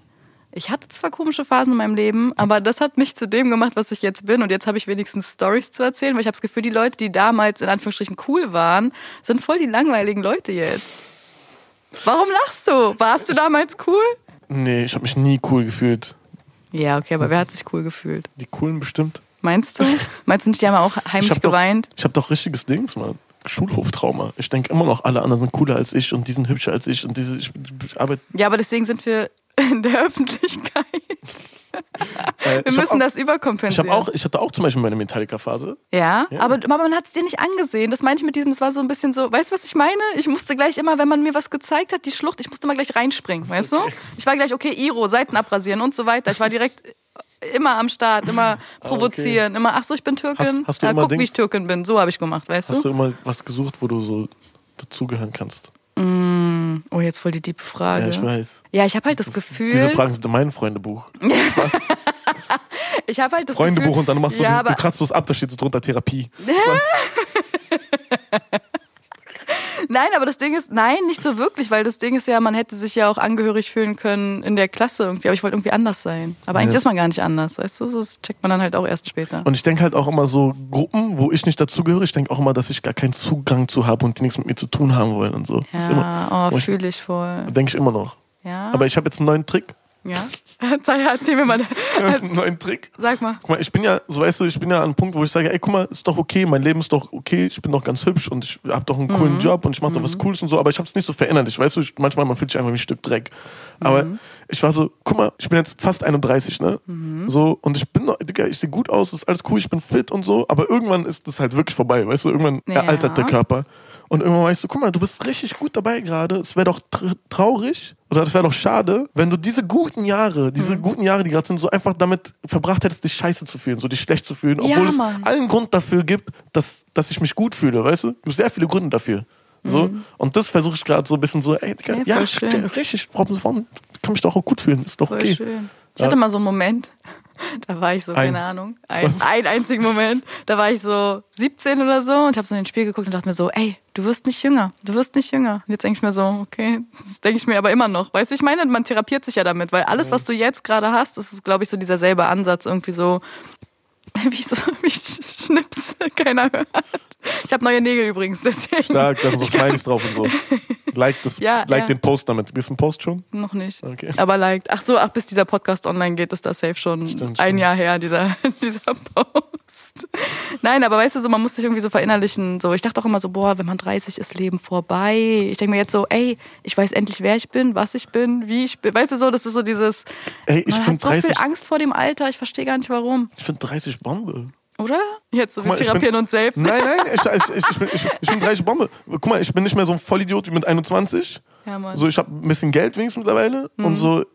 ich hatte zwar komische Phasen in meinem Leben, aber das hat mich zu dem gemacht, was ich jetzt bin. Und jetzt habe ich wenigstens Stories zu erzählen, weil ich habe das Gefühl, die Leute, die damals in Anführungsstrichen cool waren, sind voll die langweiligen Leute jetzt. Warum lachst du? Warst du damals cool? Nee, ich habe mich nie cool gefühlt. Ja, okay, aber wer hat sich cool gefühlt? Die coolen bestimmt. Meinst du? Meinst du nicht, die haben auch heimlich Ich habe doch, geweint? ich hab doch richtiges Dings, Mann. Schulhoftrauma. Ich denke immer noch, alle anderen sind cooler als ich und die sind hübscher als ich und diese. Ich, ich arbeite. Ja, aber deswegen sind wir in der Öffentlichkeit. Äh, Wir ich hab müssen auch, das Ich, überkompensieren. hab auch, ich hatte auch zum Beispiel meine Metallica-Phase. Ja, Ja. Aber, aber man hat es dir nicht angesehen. Das meine ich mit diesem, es war so ein bisschen so, weißt du, was ich meine? Ich musste gleich immer, wenn man mir was gezeigt hat, die Schlucht, ich musste immer gleich reinspringen, weißt okay. du? Ich war gleich, okay, Iro, Seiten abrasieren und so weiter. Ich war direkt immer am Start, immer provozieren, immer, ach so, ich bin Türkin. Ah, Hast- hast du ja, immer guck, wie Dings- ich Türkin bin. So habe ich gemacht, weißt Hast du immer was gesucht, wo du so dazugehören kannst? Oh, jetzt voll die tiefe Frage. Ja, ich weiß. Ja, ich habe halt das, Gefühl. Diese Fragen sind in meinem Freundebuch. ich habe halt das Freundebuch Gefühl, und dann machst du, ja, dieses, aber, du kratzt das ab, da steht so drunter Therapie. Nein, aber das Ding ist, nein, nicht so wirklich, weil das Ding ist ja, man hätte sich ja auch angehörig fühlen können in der Klasse irgendwie, aber ich wollte irgendwie anders sein. Aber eigentlich Ja. ist man gar nicht anders, weißt du? So, Das checkt man dann halt auch erst später. Und ich denke halt auch immer so Gruppen, wo ich nicht dazugehöre, ich denke auch immer, dass ich gar keinen Zugang zu habe und die nichts mit mir zu tun haben wollen und so. Das ist ja, immer, oh, wo ich, fühle ich voll. denke ich immer noch. Ja. Aber ich habe jetzt einen neuen Trick. ja. Erzähl, erzähl mir mal. einen neuen Trick. Sag mal. Guck mal, ich bin ja, so weißt du, ich bin ja an einem Punkt, wo ich sage, ey, guck mal, ist doch okay, mein Leben ist doch okay, ich bin doch ganz hübsch und ich habe doch einen coolen Job und ich mache doch was Cooles und so, aber ich habe es nicht so verinnerlicht, weißt du, ich, manchmal man fühlt sich einfach wie ein Stück Dreck. Aber ich war so, guck mal, ich bin jetzt fast 31, ne? So und ich bin noch, Digga, ich sehe gut aus, ist alles cool, ich bin fit und so, aber irgendwann ist das halt wirklich vorbei, weißt du, irgendwann Ja. eraltert der Körper. Und irgendwann weißt du, guck mal, du bist richtig gut dabei gerade. Es wäre doch tr traurig oder es wäre doch schade, wenn du diese guten Jahre, diese Mhm. guten Jahre, die gerade sind, so einfach damit verbracht hättest, dich scheiße zu fühlen, so dich schlecht zu fühlen, Ja, obwohl es Mann. allen Grund dafür gibt, dass, dass ich mich gut fühle, weißt du? Es gibt sehr viele Gründe dafür. So. Und das versuche ich gerade so ein bisschen so, ey, Digga, Ey, Mhm. voll ja, schön. ja, richtig, warum, warum kann mich doch auch gut fühlen? Ist doch Voll okay. schön. Ich Ja. hatte mal so einen Moment, da war ich so, Ein. keine Ahnung, ein, Was? ein einzigen Moment, da war ich so 17 oder so und habe so in den Spiegel geguckt und dachte mir so, ey, du wirst nicht jünger, du wirst nicht jünger. Und jetzt denke ich mir so, okay, das denke ich mir aber immer noch. Weißt du, ich meine, man therapiert sich ja damit, weil alles, was du jetzt gerade hast, das ist, glaube ich, so dieser selbe Ansatz irgendwie so, wie ich so, wie ich schnipse, keiner hört. Ich habe neue Nägel übrigens, deswegen. Stark, da sind so Smileys drauf und so. Like, das, Ja, like ja. den Post damit. Bist du ein Post schon? Noch nicht. Okay. Aber liked. Ach so, ach, bis dieser Podcast online geht, ist das safe schon Stimmt, ein stimmt. Jahr her, dieser, dieser Post. Nein, aber weißt du, so, man muss sich irgendwie so verinnerlichen. So, ich dachte auch immer so, boah, wenn man 30 ist, Leben vorbei. Ich denke mir jetzt so, ey, ich weiß endlich, wer ich bin, was ich bin, wie ich bin. Weißt du so, das ist so dieses, Ey, ich man hat finde so 30, viel Angst vor dem Alter, ich verstehe gar nicht warum. ich finde 30 Bombe. Oder? Jetzt, so, wir Guck mal, ich therapieren bin- uns selbst. Nein, nein, ich, ich, ich, ich, bin, ich, ich bin 30 Bombe. Guck mal, ich bin nicht mehr so ein Vollidiot wie mit 21. Ja, Mann. Mhm. so, ich habe ein bisschen Geld wenigstens mittlerweile und so.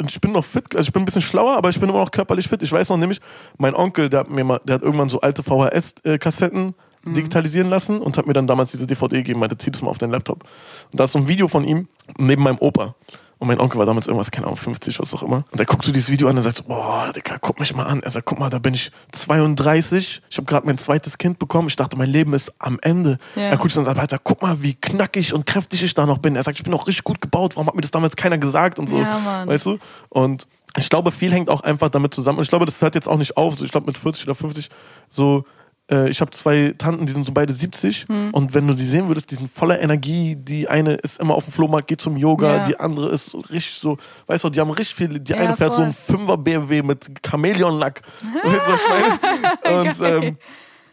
und Ich bin noch fit, also ich bin ein bisschen schlauer, aber ich bin immer noch körperlich fit. Ich weiß noch nämlich, mein Onkel, der hat mir mal, der hat irgendwann so alte VHS-Kassetten Mhm. digitalisieren lassen und hat mir dann damals diese DVD gegeben, meinte, zieh das mal auf deinen Laptop. Und da ist so ein Video von ihm neben meinem Opa. Und mein Onkel war damals irgendwas, keine Ahnung, 50, was auch immer. Und er guckt so dieses Video an und sagt so, boah, Digga, guck mich mal an. Er sagt, guck mal, da bin ich 32, ich habe gerade mein zweites Kind bekommen, ich dachte, mein Leben ist am Ende. Ja. Er guckt schon und sagt, Alter, guck mal, wie knackig und kräftig ich da noch bin. Er sagt, ich bin noch richtig gut gebaut, warum hat mir das damals keiner gesagt und so. Ja, Mann. weißt du? Und ich glaube, viel hängt auch einfach damit zusammen. Und ich glaube, das hört jetzt auch nicht auf. So, Ich glaube, mit 40 oder 50, so, äh, ich habe zwei Tanten, die sind so beide 70. Hm. Und wenn du die sehen würdest, die sind voller Energie. Die eine ist immer auf dem Flohmarkt, geht zum Yoga. Ja. Die andere ist so richtig so, weißt du, die haben richtig viel. Die Ja, eine fährt voll. so einen 5er BMW mit Chamäleonlack. weißt du, was ich meine? Und, ähm,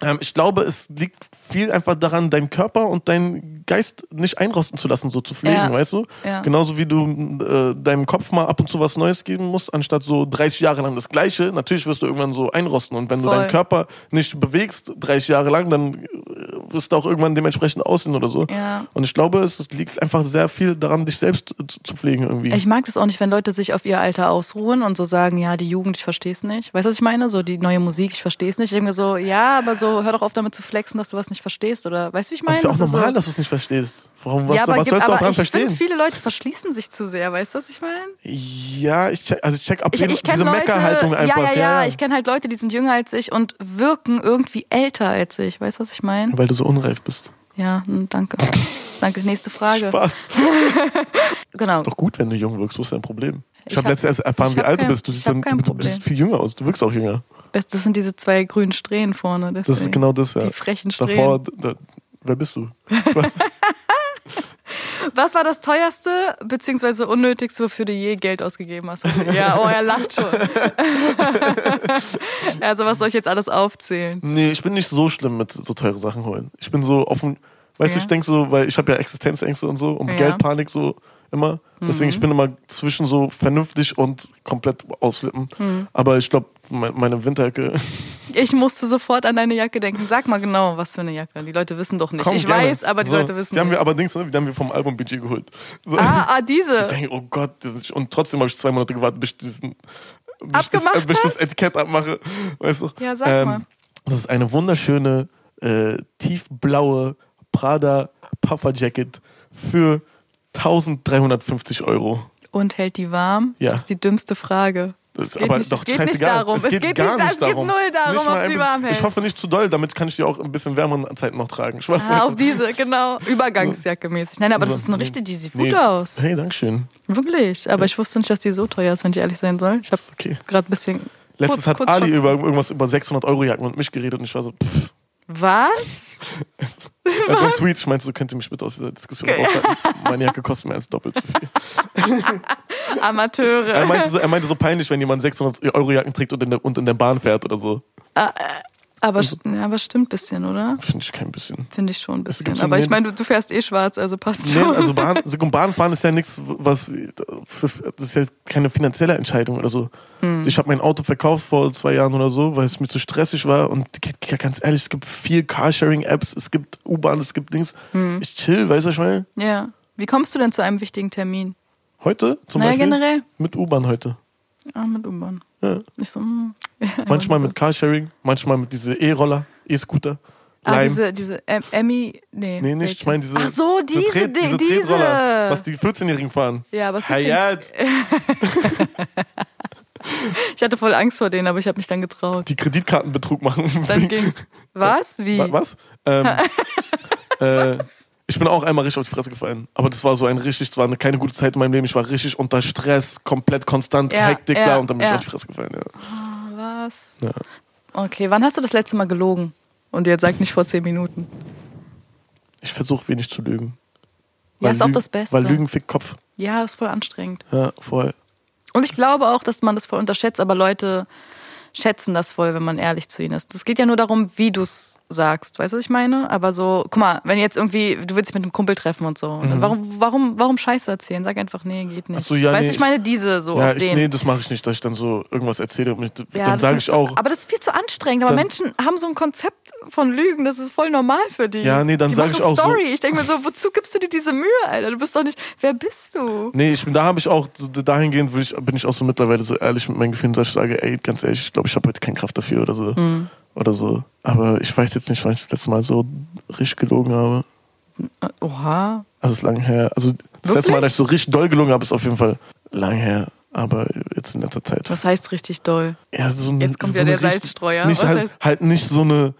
ähm, ich glaube, es liegt viel einfach daran, deinen Körper und deinen Geist nicht einrosten zu lassen, so zu pflegen, Ja. weißt du? Ja. Genauso wie du äh, deinem Kopf mal ab und zu was Neues geben musst, anstatt so 30 Jahre lang das Gleiche. Natürlich wirst du irgendwann so einrosten und wenn du Voll. deinen Körper nicht bewegst 30 Jahre lang, dann äh, wirst du auch irgendwann dementsprechend aussehen oder so. Ja. Und ich glaube, es es liegt einfach sehr viel daran, dich selbst äh, zu zu pflegen irgendwie. Ich mag das auch nicht, wenn Leute sich auf ihr Alter ausruhen und so sagen, ja, die Jugend, ich verstehe es nicht. Weißt du, was ich meine? So die neue Musik, ich verstehe es nicht. Ich denke mir so, ja, aber so hör doch auf damit zu flexen, dass du was nicht verstehst oder weißt du, wie ich meine? das ist ja auch Das ist normal, so- dass du es nicht verstehst. Warum, was, ja, aber, was gibt- sollst du auch aber dran ich finde, verstehen? viele Leute verschließen sich zu sehr. Weißt du, was ich meine? Ja, ich check, also ich check ab Ich, jeden- ich kenne diese Leute, Meckerhaltung einfach. Ja, ja, ja, Ich kenne halt Leute, die sind jünger als ich und wirken irgendwie älter als ich. Weißt du, was ich meine? Weil du so unreif bist. Ja, hm, danke. danke. Nächste Frage. Spaß. Genau. Ist doch gut, wenn du jung wirkst. Wo ist dein Problem? Ich Ich habe hab- letztens erst erfahren, ich wie hab alt du kein- bist. Du, ich siehst hab dann, kein du, du Problem. siehst viel jünger aus. Du wirkst auch jünger. Das, das sind diese zwei grünen Strähnen vorne. Das ist deswegen. genau das, ja. Die frechen Strähnen. Davor, da, wer bist du? Was? Was war das teuerste bzw. unnötigste, wofür du je Geld ausgegeben hast? Ja, oh, er lacht schon. also was soll ich jetzt alles aufzählen? nee, ich bin nicht so schlimm mit so teure Sachen holen. Ich bin so offen. Weißt du, Ja. ich denke so, weil ich habe ja Existenzängste und so und Ja. Mhm. Geldpanik so immer. Deswegen, ich bin immer zwischen so vernünftig und komplett ausflippen. Mhm. Aber ich glaube, me meine Winterjacke Ich musste sofort an deine Jacke denken. Sag mal genau, was für eine Jacke. Die Leute wissen doch nicht. Komm, ich gerne. weiß, aber die so, Leute wissen Die haben nicht. wir allerdings, ne, die haben wir vom Albumbudget geholt. So. ah, ah, Ich diese. denke, oh Gott, das ist, und trotzdem habe ich zwei Monate gewartet, bis ich, diesen, bis, ich das, Abgemacht bis ich das Etikett abmache. Weißt du? Ähm, Ja, sag mal. Das ist eine wunderschöne, äh, tiefblaue Prada Puffer Jacket für 1350 Euro. Und hält die warm? Ja. Das ist die dümmste Frage. Das ist geht aber nicht- doch es geht nicht scheißegal. darum. Es geht nicht- es geht null darum, Nicht mal ob ein sie bisschen- warm hält. Ich hoffe nicht zu doll, damit kann ich die auch ein bisschen wärmeren Zeiten noch tragen. Spaß. Ah, auf diese, genau. Übergangsjacke mäßig. Nein, aber das ist eine richtige, die sieht gut Also, Nee. aus. Hey, Dankeschön. Wirklich. Aber ich wusste nicht, dass die so teuer ist, wenn ich ehrlich sein soll. Ich habe Ist okay. gerade ein bisschen. Letztens kurz- hat kurz Ali Schock- über irgendwas über 600 Euro Jacken und mich geredet und ich war so, pff, Was? also ein Tweet. Ich meinte, so könnt ihr mich bitte aus dieser Diskussion raushalten. Meine Jacke kostet mehr als doppelt so viel. Amateure. Er meinte so, er meinte so peinlich, wenn jemand 600 Euro Jacken trägt und in der, und in der Bahn fährt oder so. Aber, Also- st- ja, aber stimmt ein bisschen, oder? Finde ich kein bisschen. Finde ich schon ein bisschen. gibt so Aber ich einen- meine, du, du fährst eh schwarz, also passt Nee, schon. also Bahn, also Bahnfahren ist ja nichts, was für, das ist ja keine finanzielle Entscheidung oder so. Hm. Ich habe mein Auto verkauft vor zwei Jahren oder so, weil es mir zu stressig war und g- ganz ehrlich, es gibt viel Carsharing-Apps, es gibt U-Bahn, es gibt Dings. Hm. Ich chill, weißt du, was ich meine? ja. Wie kommst du denn zu einem wichtigen Termin? Heute zum Naja, Beispiel? generell. Mit U-Bahn heute. Ah, mit U-Bahn. Ja. Ich so, hm. Manchmal mit Carsharing, manchmal mit diese E-Roller, E-Scooter. Ah, Lime. diese, diese Em- Emmy, nee. nee, nicht, ich meine diese. Ach so, diese, Tret- Di- diese. Tretroller, was die 14-Jährigen fahren. Ja, aber es ist ein bisschen- Hayat, ich hatte voll Angst vor denen, aber ich habe mich dann getraut. die Kreditkartenbetrug machen. Dann ging's. Was? Wie? Wa- Was? Ähm, äh, ich bin auch einmal richtig auf die Fresse gefallen. Aber das war so ein richtig, das war eine, keine gute Zeit in meinem Leben. Ich war richtig unter Stress, komplett konstant, Ja, Hektik, ja, bla, und dann bin ich ja. auf die Fresse gefallen. Ja. Was? Ja. Okay, wann hast du das letzte Mal gelogen? Und jetzt sag nicht vor zehn Minuten. Ich versuche wenig zu lügen. Ja, Weil ist auch Lügen- das Beste. Weil Lügen fickt Kopf. Ja, das ist voll anstrengend. Ja, voll. Und ich glaube auch, dass man das voll unterschätzt, aber Leute schätzen das voll, wenn man ehrlich zu ihnen ist. Es geht ja nur darum, wie du es sagst, weißt du, was ich meine? Aber so, guck mal, wenn jetzt irgendwie, du willst dich mit einem Kumpel treffen und so, und dann warum, warum, warum Scheiße erzählen? Sag einfach, nee, geht nicht. Mhm. Ach so, ja, weißt du, nee, ich meine diese so ja, auf ich, den. nee, das mache ich nicht, dass ich dann so irgendwas erzähle und ich, ja, dann das sage macht ich so- auch. Aber das ist viel zu anstrengend. Aber Dann- Menschen haben so ein Konzept von Lügen, das ist voll normal für die. Ja, nee, dann Die sag machen ich auch so- Story. Ich denke mir so, wozu gibst du dir diese Mühe, Alter? Du bist doch nicht, wer bist du? Nee, ich bin, da habe ich auch, so dahingehend will ich, bin ich auch so mittlerweile so ehrlich mit meinen Gefühlen, dass ich sage, ey, ganz ehrlich, ich glaube, ich habe heute keine Kraft dafür oder so. Hm. Oder so. Aber ich weiß jetzt nicht, wann ich das letzte Mal so richtig gelogen habe. Äh, Oha. Also ist lang her. Also das letzte Mal, Wirklich? dass ich so richtig doll gelogen habe, ist auf jeden Fall lang her. Aber jetzt in letzter Zeit. Was heißt richtig doll? Ja, so ein, Jetzt kommt so ja eine der richtig- Salzstreuer. Nicht Was halt, heißt- halt nicht so eine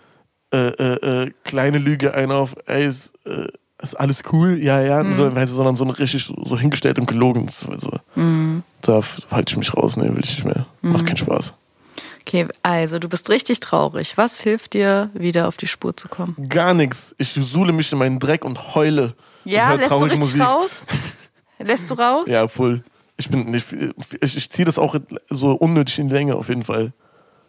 äh, äh, äh, kleine Lüge ein auf, ey, es, äh, ist alles cool, ja, ja, Mhm. so, weißt du, sondern so ein richtig so hingestellt und gelogen. Das, also, Mhm. Da f- halte ich mich raus, ne, will ich nicht mehr. Macht keinen Spaß. Okay, also du bist richtig traurig. Was hilft dir, wieder auf die Spur zu kommen? Gar nichts. Ich suhle mich in meinen Dreck und heule. und Ja, hör lässt du traurige richtig raus? Lässt du raus? Ja, voll. Ich bin nicht, ich, ich ziehe das auch so unnötig in die Länge auf jeden Fall.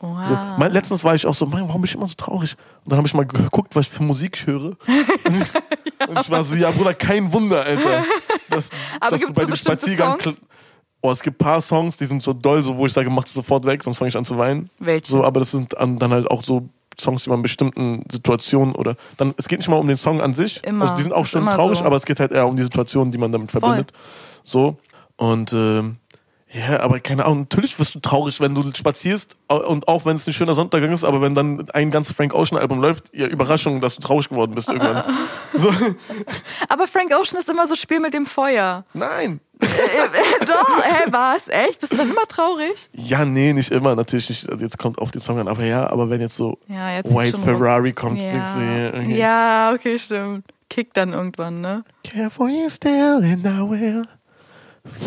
Oha. So, mein, letztens war ich auch so, Mann, warum bin ich immer so traurig? Und dann habe ich mal geguckt, was ich für Musik ich höre. und ich war so, ja, Bruder, kein Wunder, Alter. Dass, Aber dass du gibt's bei so dem bestimmte Spaziergang. Songs? kl- Oh, es gibt paar Songs, die sind so doll, so wo ich sage, mach's sofort weg, sonst fange ich an zu weinen. Welche? So, aber das sind an- dann halt auch so Songs, die man in bestimmten Situationen oder dann, es geht nicht mal um den Song an sich. Immer. Also die sind Es auch ist schon immer traurig, so. aber es geht halt eher um die Situation, die man damit verbindet. So. Und ähm, ja, aber keine Ahnung, natürlich wirst du traurig, wenn du spazierst au- und auch wenn es ein schöner Sonntaggang ist, aber wenn dann ein ganzes Frank Ocean Album läuft, ja, Überraschung, dass du traurig geworden bist irgendwann. so, Aber Frank Ocean ist immer so Spiel mit dem Feuer. Äh, nein. Doch, hä, was? Echt? Bist du dann immer traurig? Ja, nee, nicht immer, natürlich nicht. Also jetzt kommt auf den Song an, aber ja, aber wenn jetzt so Ja, jetzt White schon Ferrari kommt, Ja. denkst du, ja, okay. ja, okay, stimmt. Kickt dann irgendwann, ne? Careful you still and I will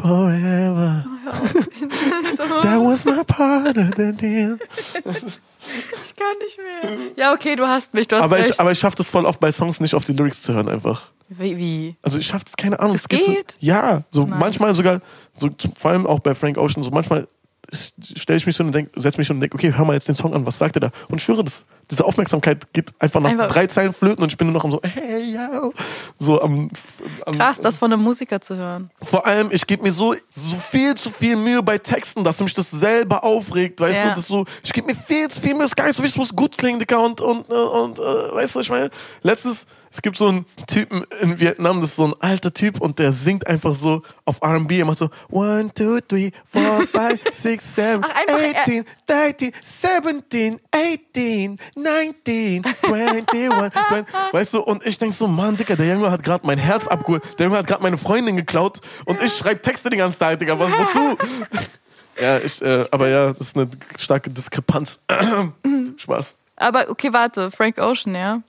forever. That was my part of the deal. Ich kann nicht mehr. Ja, okay, du hast mich, du hast Aber recht. ich, aber ich schaff das voll oft bei Songs nicht auf die Lyrics zu hören einfach. wie, wie? Also ich schaff das, keine Ahnung. Das es gibt so- geht? Ja, so Nice. manchmal sogar, so zum- vor allem auch bei Frank Ocean, so manchmal stelle ich mich hin und denk, setz mich hin und denke, okay, hör mal jetzt den Song an, was sagt er da? Und ich schwöre das, diese Aufmerksamkeit geht einfach nach Einfach- drei Zeilen flöten und ich bin nur noch am so, hey, ja, so am, am Krass, das von einem Musiker zu hören. Vor allem, ich gebe mir so, so viel zu viel Mühe bei Texten, dass mich das selber aufregt, weißt Ja. du, das so, ich gebe mir viel zu viel Mühe, ist gar nicht so wichtig, es muss gut klingen, Dicker, und, und, äh, und äh, weißt du, ich meine, letztes, es gibt so einen Typen in Vietnam, das ist so ein alter Typ und der singt einfach so auf R&B, er macht so, one, two, three, four, five, six, seven, Ach, einfach, äh, 18, 19, 17, 18, 19, 21, 20. Weißt du, und ich denk so, Mann, Dicker, der Junge hat gerade mein Herz abgeholt. Der Junge hat gerade meine Freundin geklaut und ich schreibe Texte die ganze Zeit, Digga. Was wozu? Ja, ich, äh, aber ja, das ist eine starke Diskrepanz. Spaß. Aber okay, warte, Frank Ocean, ja?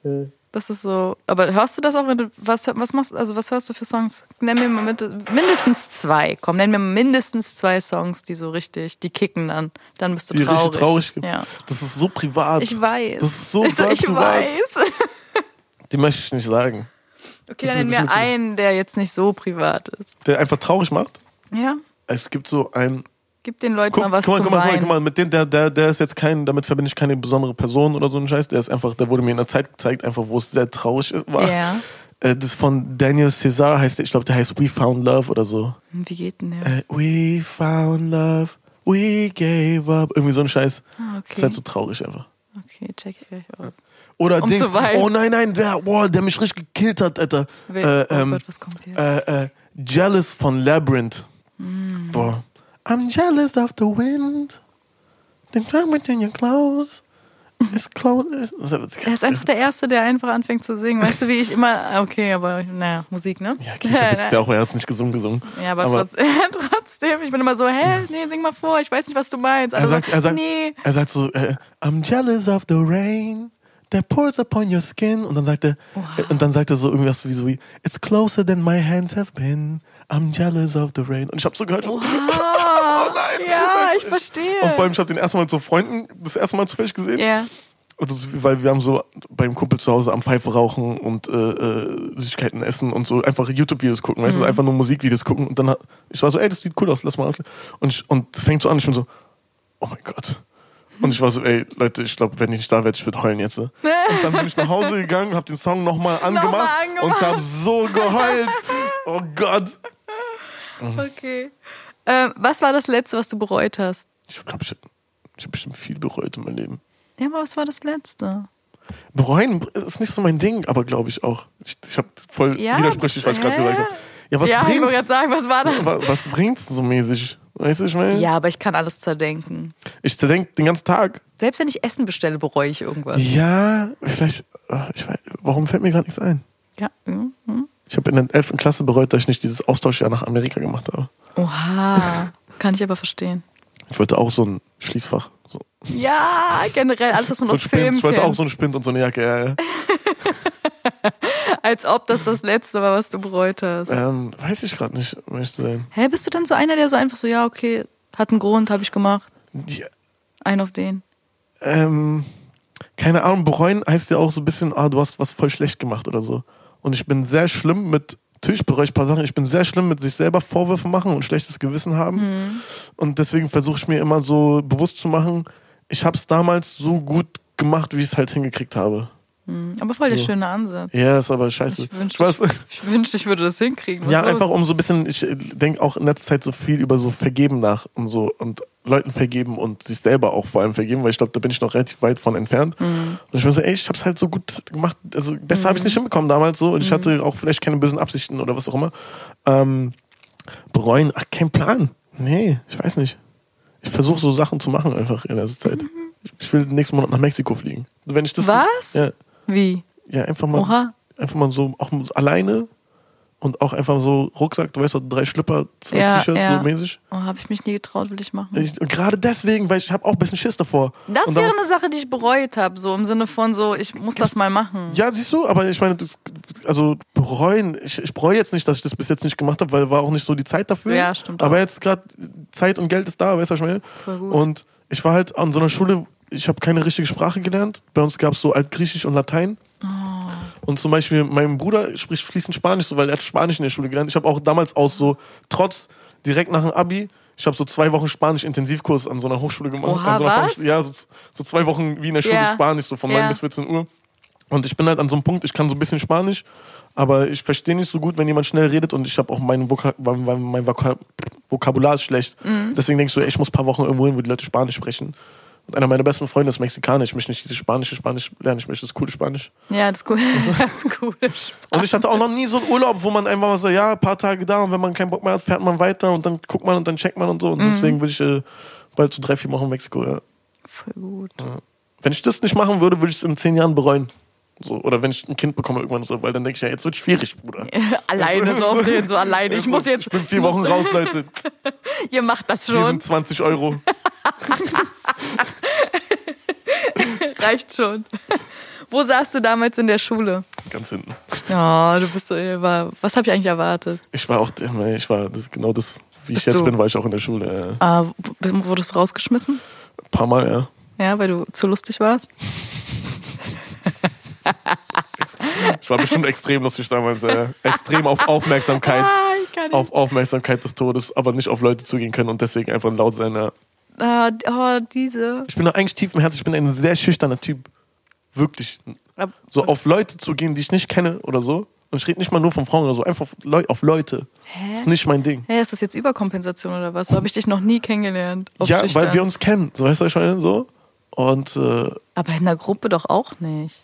Das ist so. Aber hörst du das auch, wenn du was was machst? Also was hörst du für Songs? Nenn mir mal mit, mindestens zwei. Komm, nenn mir mindestens zwei Songs, die so richtig, die kicken dann. Dann bist du Die traurig. richtig traurig. Ja. Das ist so privat. Ich weiß. Das ist so ich, sehr ich privat. weiß. Die möchte ich nicht sagen. Okay, Das dann nenn ist mir- das ist mir mir zu- einen, der jetzt nicht so privat ist. Der einfach traurig macht. Ja? Es gibt so ein Gib den Leuten Guck, mal was guck, mal, zum guck, mal, guck mal, Weinen. guck mal, mit dem, der, der, der ist jetzt kein, damit verbinde ich keine besondere Person oder so ein Scheiß. Der ist einfach, der wurde mir in der Zeit gezeigt, einfach, wo es sehr traurig ist- war. Ja. Äh, Das von Daniel Cesar heißt der, ich glaube, der heißt We Found Love oder so. Hm, Wie geht denn der? Äh, We found love, we gave up. Irgendwie so ein Scheiß. Ah, okay. Das ist halt so traurig einfach. Okay, check ich gleich aus. Oder Um Dings, zu weinen. oh nein, nein, der, boah, der mich richtig gekillt hat, Alter. Wer- Äh, ähm, oh Gott, was kommt jetzt? äh, äh, Jealous von Labyrinth. Mm. Boah. I'm jealous of the wind. The climate in your clothes. Is clothes. Er ist einfach der Erste, der einfach anfängt zu singen. Weißt du, wie ich immer. ah, Okay, aber naja, Musik, ne? Ja, okay, ich hab jetzt ja auch erst nicht gesungen gesungen. Ja, aber, trotz- trotzdem, ich bin immer so, hä, nee, sing mal vor, ich weiß nicht, was du meinst. er Alle sagt, so, er sagt, nee. er sagt so, äh, I'm jealous of the rain that pours upon your skin. Und dann sagt er, äh, und dann sagt er so irgendwas wie so wie, It's closer than my hands have been. I'm jealous of the rain. Und ich habe so gehört, ich war so, Ah, nein. ja, ich Und vor verstehe. allem, ich habe den erstmal zu Freunden, das erste Mal zufällig gesehen. Ja. Und das, weil wir haben Also, so beim Kumpel zu Hause am Pfeife rauchen und äh, äh, Süßigkeiten essen und so einfach YouTube-Videos gucken, weißt du, einfach nur Musikvideos gucken. Und dann hat, ich war so, ey, das sieht cool aus, lass mal. an. Und, ich, und es fängt so an, ich bin so, oh mein Gott. Und ich war so, ey, Leute, ich glaube, wenn ich nicht da wäre, ich würde heulen jetzt. Ne? Und dann bin ich nach Hause gegangen, habe den Song nochmal angemacht, angemacht. und habe so geheult. Oh Gott. Mhm. Okay. Ähm, was war das Letzte, was du bereut hast? Ich glaube, ich, ich habe bestimmt viel bereut in meinem Leben. Ja, aber was war das Letzte? Bereuen ist nicht so mein Ding, aber glaube ich auch. Ich, ich habe voll Ja, widersprüchlich, was ich gerade hä? gesagt habe. Ja, was ja, ich wollte gerade bringt's? sagen, was war das? Was, was bringt's so mäßig? Weißt du, ich meine? Ja, aber ich kann alles zerdenken. Ich denke den ganzen Tag. Selbst wenn ich Essen bestelle, bereue ich irgendwas. Ja, vielleicht. ah, Ich weiß, warum fällt mir gerade nichts ein? Ja. mhm, mhm. Ich habe in der 11. Klasse bereut, dass ich nicht dieses Austauschjahr nach Amerika gemacht habe. Oha. Kann ich aber verstehen. Ich wollte auch so ein Schließfach. So, Ja, generell alles, was man so ein aus Filmen Ich wollte kennt. auch so einen Spind und so eine Jacke. Ja, ja. Als ob das das Letzte war, was du bereut hast. Ähm, weiß ich gerade nicht, um ehrlich zu sein. Hä, bist du dann so einer, der so einfach so, ja, okay, hat einen Grund, habe ich gemacht. Die, Ein auf den. ähm, keine Ahnung, bereuen heißt ja auch so ein bisschen, ah, du hast was voll schlecht gemacht oder so. Und ich bin sehr schlimm mit, natürlich bereue ich ein paar Sachen, ich bin sehr schlimm mit sich selber Vorwürfe machen und schlechtes Gewissen haben. Und deswegen versuche ich mir immer so bewusst zu machen, ich habe es damals so gut gemacht, wie ich es halt hingekriegt habe. Hm, Aber voll der So. schöne Ansatz. Ja, ist aber scheiße. Ich wünschte, Spaß. Ich wünschte, ich würde das hinkriegen. Was Ja, los? einfach um so ein bisschen, ich denke auch in letzter Zeit so viel über so Vergeben nach und so und Leuten vergeben und sich selber auch vor allem vergeben, weil ich glaube, da bin ich noch relativ weit von entfernt. Und ich mir so, ey, ich hab's halt so gut gemacht, also besser habe ich nicht hinbekommen damals so und ich hatte auch vielleicht keine bösen Absichten oder was auch immer. Ähm, bereuen, ach, kein Plan. Nee, ich weiß nicht. Ich versuche so Sachen zu machen einfach in letzter Zeit. Ich will nächsten Monat nach Mexiko fliegen. Wenn ich das Was? Ja, Wie? ja, einfach mal Oha. einfach mal so auch alleine und auch einfach so Rucksack, du weißt doch, drei Schlipper, zwei Ja, T-Shirts ja. so mäßig. Oh, habe ich mich nie getraut, will ich machen. Ich, und gerade deswegen, weil ich habe auch ein bisschen Schiss davor. das Und dann- wäre eine Sache, die ich bereut habe, so im Sinne von so, ich muss das mal machen. ja, siehst du, aber ich meine, das, also bereuen, ich, ich bereue jetzt nicht, dass ich das bis jetzt nicht gemacht habe, weil war auch nicht so die Zeit dafür. Ja, stimmt Aber auch. jetzt gerade Zeit und Geld ist da, weißt du, was ich meine? Voll gut. Und ich war halt an so einer Schule, ich habe keine richtige Sprache gelernt. Bei uns gab es so Altgriechisch und Latein. Oh. Und zum Beispiel, mein Bruder spricht fließend Spanisch, so, weil er hat Spanisch in der Schule gelernt. Ich habe auch damals aus so, trotz direkt nach dem Abi, ich habe so zwei Wochen Spanisch-Intensivkurs an so einer Hochschule gemacht. Oha, an so einer was? Fernstu- Ja, so, so zwei Wochen wie in der Schule Ja. Spanisch, so von Ja. 9 bis 14 Uhr. Und ich bin halt an so einem Punkt, ich kann so ein bisschen Spanisch, aber ich verstehe nicht so gut, wenn jemand schnell redet und ich habe auch mein, Voka mein, mein mein Voka Vokabular ist schlecht. Mhm. Deswegen denkst du, ey, ich muss ein paar Wochen irgendwo hin, wo die Leute Spanisch sprechen. Und einer meiner besten Freunde ist Mexikaner. Ich möchte nicht dieses spanische Spanisch lernen, ich möchte das coole Spanisch. Ja, das ist cool. Also- Das ist cool. Und ich hatte auch noch nie so einen Urlaub, wo man einfach mal so, ja, ein paar Tage da und wenn man keinen Bock mehr hat, fährt man weiter und dann guckt man und dann checkt man und so. Mhm. Und deswegen bin ich äh, bald zu drei, vier Wochen in Mexiko. Ja. Voll gut. Wenn ich das nicht machen würde, würde ich es in zehn Jahren bereuen. So, oder wenn ich ein Kind bekomme irgendwann so, weil dann denke ich, ja, jetzt wird schwierig, Bruder. Also, alleine, so auf den, so alleine. Ich muss jetzt, Ich bin vier Wochen raus, Leute. ihr macht das Hier schon, sind 20 Euro. reicht schon. Wo saßt du damals in der Schule? Ganz hinten. Ja, du bist so, äh, war- was habe ich eigentlich erwartet? Ich war auch, ich war das, genau das, wie ich Bist jetzt du- bin, war ich auch in der Schule. Äh, Ah, w- wurdest du rausgeschmissen? ein paar Mal, ja. Ja, weil du zu lustig warst? Ich war bestimmt extrem lustig damals. Äh, extrem auf Aufmerksamkeit. Ah, ich kann nicht. Auf Aufmerksamkeit des Todes, aber nicht auf Leute zugehen können und deswegen einfach laut sein. Ja. Ah, d- oh, diese. Ich bin eigentlich tief im Herzen, ich bin ein sehr schüchterner Typ. Wirklich. Ab- So auf Leute zu gehen, die ich nicht kenne oder so. Und ich rede nicht mal nur von Frauen oder so, einfach auf Leu- auf Leute. Hä? Ist nicht mein Ding. Hä, ist das jetzt Überkompensation oder was? So habe ich dich noch nie kennengelernt. Auf ja, Schüchtern. weil wir uns kennen. So weißt du, was ich meine? So. Und äh, Aber in der Gruppe doch auch nicht.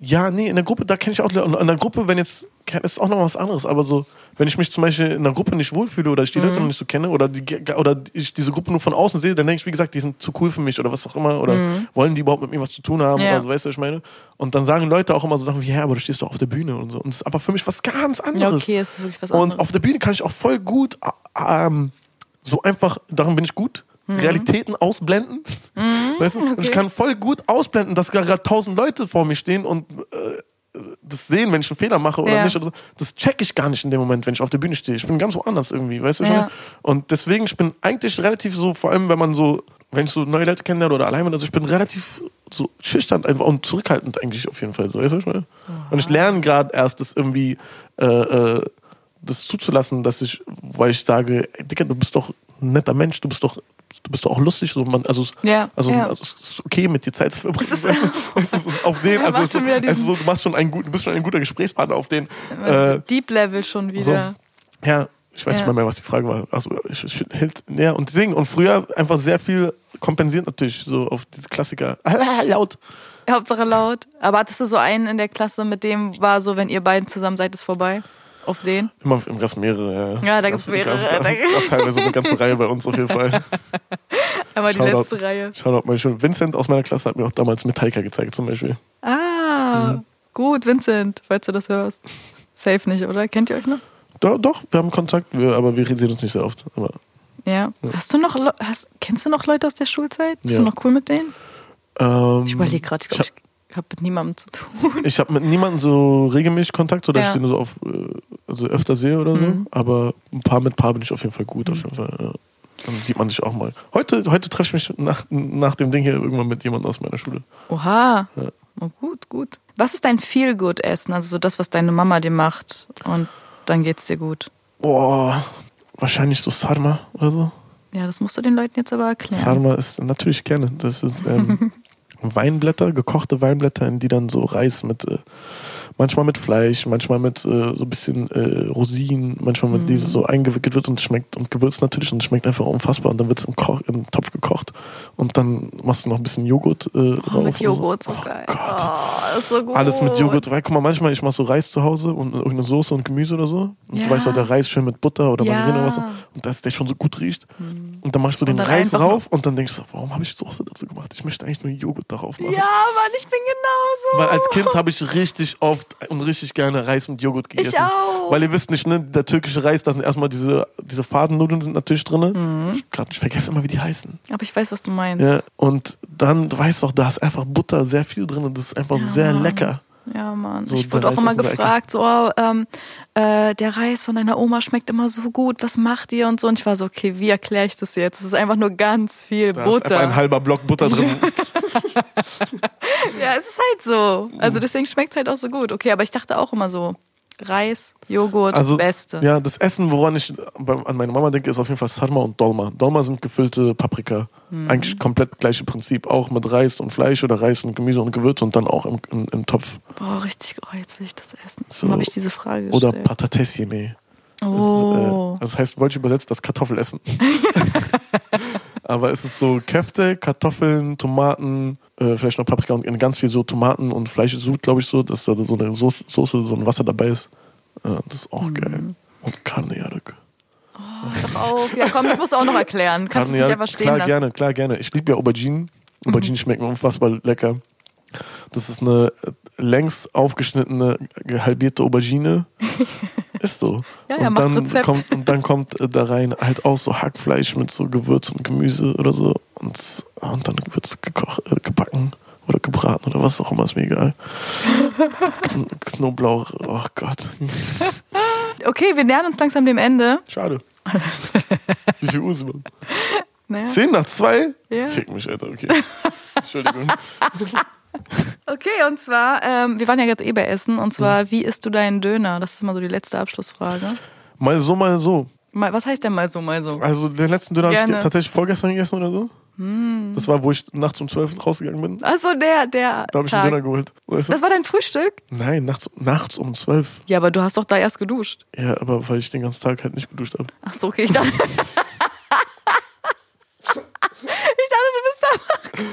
Ja, nee, in der Gruppe, da kenne ich auch Leute. Und in der Gruppe, wenn jetzt, ist auch noch was anderes. Aber so, wenn ich mich zum Beispiel in der Gruppe nicht wohlfühle oder ich die Mhm. Leute noch nicht so kenne oder, die, oder ich diese Gruppe nur von außen sehe, dann denke ich, wie gesagt, die sind zu cool für mich oder was auch immer. Oder wollen die überhaupt mit mir was zu tun haben Mhm. Ja. oder so, weißt du, was ich meine? Und dann sagen Leute auch immer so Sachen wie, ja, aber du stehst doch auf der Bühne und so. Und es ist aber für mich was ganz Ja, anderes. okay, es ist wirklich was Und anderes. auf der Bühne kann ich auch voll gut äh, ähm, so einfach, darin bin ich gut, Mhm. Realitäten ausblenden. Weißt du? Und ich kann voll gut ausblenden, dass gerade tausend Leute vor mir stehen und äh, das sehen, wenn ich einen Fehler mache oder Ja. nicht. Oder so. Das checke ich gar nicht in dem Moment, wenn ich auf der Bühne stehe. Ich bin ganz woanders irgendwie, weißt du? was ich Ja. meine? Und deswegen, ich bin eigentlich relativ so, vor allem wenn man so, wenn ich so neue Leute kennenlerne oder allein bin, also ich bin relativ so schüchtern einfach und zurückhaltend eigentlich auf jeden Fall. So, weißt du, was ich meine? Und ich lerne gerade erst, das irgendwie äh, äh, das zuzulassen, dass ich, weil ich sage, ey, Digga, du bist doch ein netter Mensch, du bist doch, du bist doch auch lustig. So, man, also, es- Ja, also, ja. also es ist okay, mit dir Zeit zu verbringen. Weißt du? Es ist auf den, Er also, macht es ist so, schon wieder es ist diesen- so, du machst schon einen guten, du bist schon ein guter Gesprächspartner auf den. Äh, Also Deep Level schon wieder. so. Ja, ich weiß Ja. nicht mal mehr, was die Frage war. Achso, ich, ich, hält näher und singen. Und früher einfach sehr viel kompensiert natürlich, so auf diese Klassiker. Laut. Hauptsache laut. Aber hattest du so einen in der Klasse, mit dem war so, wenn ihr beiden zusammen seid, ist vorbei? Auf den? Immer im Rest mehrere. äh, Ja, da gibt's Gab's- mehrere. gab's- gab's auch teilweise eine ganze Reihe bei uns auf jeden Fall. Einmal die Shoutout. letzte Reihe. Shoutout, mein Schön. Vincent aus meiner Klasse hat mir auch damals Metallica gezeigt, zum Beispiel. Ah, gut, Vincent, falls du das hörst. Safe nicht, oder? Kennt ihr euch noch? Do, doch, wir haben Kontakt, wir, aber wir sehen uns nicht sehr oft. Aber, Ja. Hast du noch, Le- hast, kennst du noch Leute aus der Schulzeit? Bist Ja. du noch cool mit denen? ähm, Ich überlege gerade, ich glaube, ich, ich, habe mit niemandem zu tun. Ich habe mit niemandem so regelmäßig Kontakt, so dass Ja. ich den so auf, äh, also öfter sehe oder so. Aber ein paar mit paar bin ich auf jeden Fall gut, auf jeden Fall. Ja. Dann sieht man sich auch mal. Heute, heute treffe ich mich nach, nach dem Ding hier irgendwann mit jemandem aus meiner Schule. Oha. Ja. Oh, gut, gut. Was ist dein Feel-Good-Essen? Also so das, was deine Mama dir macht und dann geht's dir gut. Boah, wahrscheinlich so Sarma oder so. Ja, das musst du den Leuten jetzt aber erklären. Sarma ist natürlich gerne. Das ist ähm, Weinblätter, gekochte Weinblätter, in die dann so Reis mit, äh, manchmal mit Fleisch, manchmal mit äh, so ein bisschen äh, Rosinen, manchmal Mhm. mit dieses so eingewickelt wird und schmeckt und gewürzt natürlich und schmeckt einfach unfassbar. Und dann wird es im, Koch- im Topf gekocht und dann machst du noch ein bisschen Joghurt äh, Oh, drauf. mit Joghurt, so und so. geil. Oh Gott. Oh, das ist so gut. Alles mit Joghurt, weil guck mal, manchmal ich mach so Reis zu Hause und irgendeine Soße und Gemüse oder so. Und Ja. du weißt ja, der Reis schön mit Butter oder Ja. Hm. Margarine oder was. Und dass der schon so gut riecht. Und dann machst du Und den dann Reis einfach drauf und dann denkst du, warum habe ich Soße dazu gemacht? Ich möchte eigentlich nur Joghurt darauf machen. Ja, Mann, ich bin genau genauso. Weil als Kind habe ich richtig oft und richtig gerne Reis mit Joghurt gegessen. auch. Weil ihr wisst nicht, ne, der türkische Reis, da sind erstmal diese, diese Fadennudeln sind natürlich drin. Mhm. Ich, grad, ich vergesse immer, wie die heißen. Aber ich weiß, was du meinst. Ja, und dann, du weißt doch, da ist einfach Butter sehr viel drin und das ist einfach sehr lecker. Ja, Mann. So, ich der wurde auch Reis immer aus dieser Ecke. gefragt, so, oh, ähm, äh, der Reis von deiner Oma schmeckt immer so gut, was macht ihr und so. Und ich war so, okay, wie erkläre ich das jetzt? Es ist einfach nur ganz viel Da ist einfach ein Butter. halber Block Butter drin. Ja, es ist halt so. Mhm. Also deswegen schmeckt es halt auch so gut. Okay, aber ich dachte auch immer so, Reis, Joghurt, das Beste. Also, Ja, das Essen, woran ich beim- an meine Mama denke, ist auf jeden Fall Sarma und Dolma. Dolma sind gefüllte Paprika. Mhm. Eigentlich komplett gleiche Prinzip. Auch mit Reis und Fleisch oder Reis und Gemüse und Gewürz und dann auch im, im, im Topf. Boah, richtig, oh, jetzt will ich das essen. So. Warum habe ich diese Frage Oder gestellt? Patates Yemeği. Das, Oh. ist, äh, das heißt, deutsch übersetzt, das Kartoffelessen. Aber es ist so Köfte, Kartoffeln, Tomaten, äh, vielleicht noch Paprika und ganz viel so Tomaten und Fleischsud, glaube ich, so, dass da so eine Soße, Soße so ein Wasser dabei ist. Äh, das ist auch geil. Und Karneyarak. Doch auf. Ja, komm, das musst du auch noch erklären. Kannst du nicht einfach stehen klar, lassen. Mhm. gerne, klar, gerne. Ich liebe ja Auberginen. Auberginen schmecken unfassbar lecker. Das ist eine äh, längs aufgeschnittene, gehalbierte Aubergine. ist so. Ja, ja, und, macht dann Rezept. kommt, und dann kommt äh, da rein halt auch so Hackfleisch mit so Gewürz und Gemüse oder so. Und, ah, und dann wird es gekocht, äh, gebacken oder gebraten oder was auch immer, ist mir egal. Kn Knoblauch, oh Gott. Okay, wir nähern uns langsam dem Ende. Schade. Wie viel Uhr sind wir? Naja. Zehn nach zwei? Ja. Fick mich, Alter, okay. Entschuldigung. Okay, und zwar, ähm, wir waren ja gerade eh bei Essen, und zwar, Mhm. wie isst du deinen Döner? Das ist mal so die letzte Abschlussfrage. Mal so, mal so. Mal, was heißt denn mal so, mal so? Also den letzten Döner habe ich Gerne. Hm. ge- tatsächlich vorgestern gegessen oder so. Das war, wo ich nachts um 12 rausgegangen bin. Achso, der, der. Da habe ich einen Döner Tag. geholt. Weißt du? Das war dein Frühstück? Nein, nachts, nachts um 12. Ja, aber du hast doch da erst geduscht. Ja, aber weil ich den ganzen Tag halt nicht geduscht habe. Achso, okay, ich dachte. ich dachte, du bist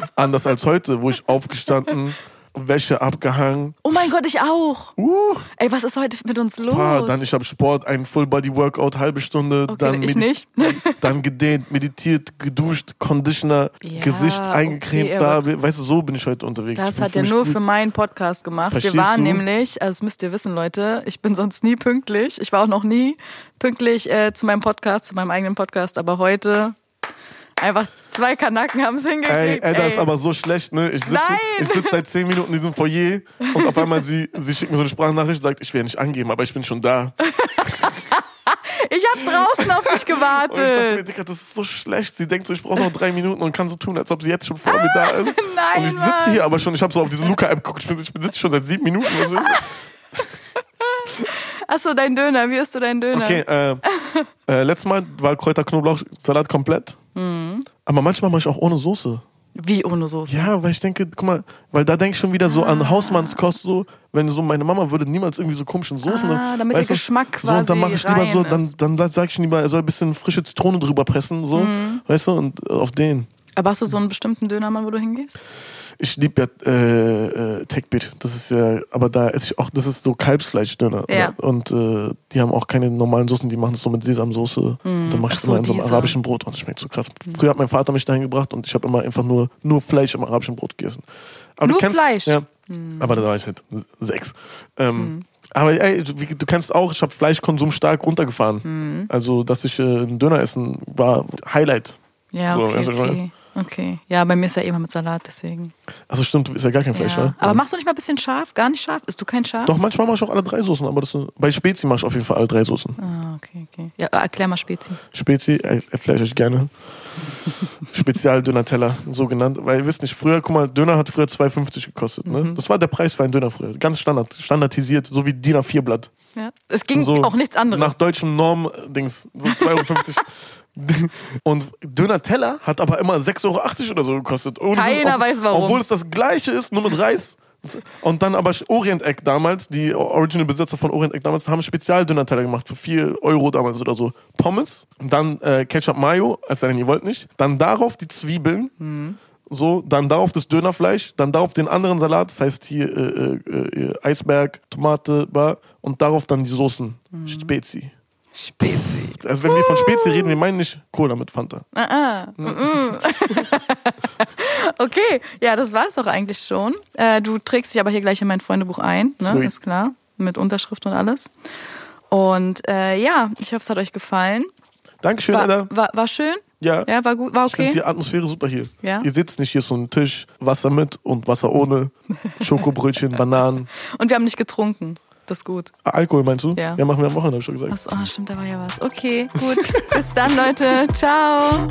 da. Anders als heute, wo ich aufgestanden, Wäsche abgehangen. Oh mein Gott, ich auch. Uh, Ey, was ist heute mit uns los? ah, dann ich habe Sport, ein Full-Body-Workout, halbe Stunde. Okay, dann ich medi- nicht. Dann gedehnt, meditiert, geduscht, Conditioner, Ja, Gesicht okay, eingecremt. aber- da, weißt du, so bin ich heute unterwegs. Ich Das bin- hat fühl er mich nur gut. für meinen Podcast gemacht. Verstehst wir waren du? nämlich, also das müsst ihr wissen, Leute, ich bin sonst nie pünktlich. Ich war auch noch nie pünktlich äh, zu meinem Podcast, zu meinem eigenen Podcast, aber heute einfach zwei Kanaken haben es Ey, hingekriegt. ey, das ey. ist aber so schlecht, ne? Ich sitze, Nein! ich sitze seit 10 Minuten in diesem Foyer und auf einmal sie, sie schickt mir so eine Sprachnachricht und sagt, ich werde nicht angeben, aber ich bin schon da. ich hab draußen auf dich Und Oh, ich dachte mir, gewartet. Digga, das ist so schlecht. Sie denkt so, ich brauche noch drei Minuten und kann so tun, als ob sie jetzt schon vor mir da ist. nein, und ich Mann. sitze hier aber schon, ich habe so auf diese Luca-App geguckt, ich bin, ich bin sitze schon seit sieben Minuten. Was ist Achso, dein Döner, wie isst du deinen Döner? okay, äh, äh, letztes Mal war Kräuter, Knoblauch, Salat komplett. Mhm. Aber manchmal mache ich auch ohne Soße. Wie ohne Soße? Ja, weil ich denke, guck mal, weil da denke ich schon wieder so Ah. an Hausmannskost, so, wenn so meine Mama würde niemals irgendwie so komischen Soßen. ne, Ah, damit der weißt du, Geschmack So, und dann quasi mache ich lieber rein so, dann, dann sage ich lieber, er soll ein bisschen frische Zitrone drüber pressen, so, Mhm. weißt du, und äh, auf den. Aber hast du so einen bestimmten Dönermann, wo du hingehst? Ich liebe ja äh, äh, Techbit, das ist ja, aber da esse ich auch, das ist so Kalbsfleischdöner. Ja. Und äh, die haben auch keine normalen Soßen, die machen es so mit Sesamsoße. Und dann mache Hm. Ach ich es so, immer in so einem diese. arabischen Brot und das schmeckt so krass. Früher hat mein Vater mich dahin gebracht und ich habe immer einfach nur, nur Fleisch im arabischen Brot gegessen. Aber Nur Fleisch? Hm. Ja, aber da war ich halt sechs. Ähm, Aber ey, du, wie, du kennst auch, ich habe Fleischkonsum stark Hm. runtergefahren. Also, dass ich äh, einen Döner essen, war Highlight. Ja, So, okay, also, okay. Okay. Ja, bei mir ist ja eh immer mit Salat, deswegen. Also stimmt, ist ja gar kein Fleisch, Ja. ne? Aber machst du nicht mal ein bisschen scharf? Gar nicht scharf? Isst du kein scharf? Doch, manchmal mach ich auch alle drei Soßen, aber das ist, bei Spezi mach ich auf jeden Fall alle drei Soßen. Ah, okay, okay. Ja, erklär mal Spezi. Spezi, er- erkläre ich euch gerne. Spezial-Döner-Teller, so genannt. Weil ihr wisst nicht, früher, guck mal, Döner hat früher 2,50 gekostet. Ne? Mhm. Das war der Preis für einen Döner früher. Ganz standard, standardisiert, so wie DIN A4-Blatt. Ja. Es ging So, auch nichts anderes. Nach deutschem Norm-Dings, so 2,50 Euro. Und Döner-Teller hat aber immer 6,80 Euro oder so gekostet. Oh, Ohne Keiner ob- weiß warum. Obwohl es das gleiche ist, nur mit Reis. Und dann aber Orient-Eck damals, die Original-Besitzer von Orient-Eck damals, haben Spezial-Döner-Teller gemacht für 4 Euro damals oder so. Pommes, dann äh, Ketchup-Mayo, als sei denn, ihr wollt nicht. Dann darauf die Zwiebeln. Mhm. So, dann darauf das Dönerfleisch, dann darauf den anderen Salat, das heißt hier äh, äh, äh, Eisberg, Tomate, bla, und darauf dann die Soßen. Mhm. Spezi. Spezi. Also wenn wir von Spezi reden, wir meinen nicht Cola mit Fanta. Ah. Okay, ja, das war's doch eigentlich schon. Äh, du trägst dich aber hier gleich in mein Freundebuch ein, ne? Sweet. ist klar, mit Unterschrift und alles. Und äh, ja, ich hoffe, es hat euch gefallen. Dankeschön, Alter. War, war, war schön? Ja. Ja, war gut, war Ich finde okay. die Atmosphäre super hier. Ja. Ihr sitzt nicht hier ist so ein Tisch, Wasser mit und Wasser ohne, Schokobrötchen, Bananen. Und wir haben nicht getrunken. Das ist gut. Alkohol meinst du? Ja. machen wir am Wochenende, hab ich schon gesagt. Achso, ah, stimmt, da war ja was. Okay, gut. Bis dann, Leute. Ciao.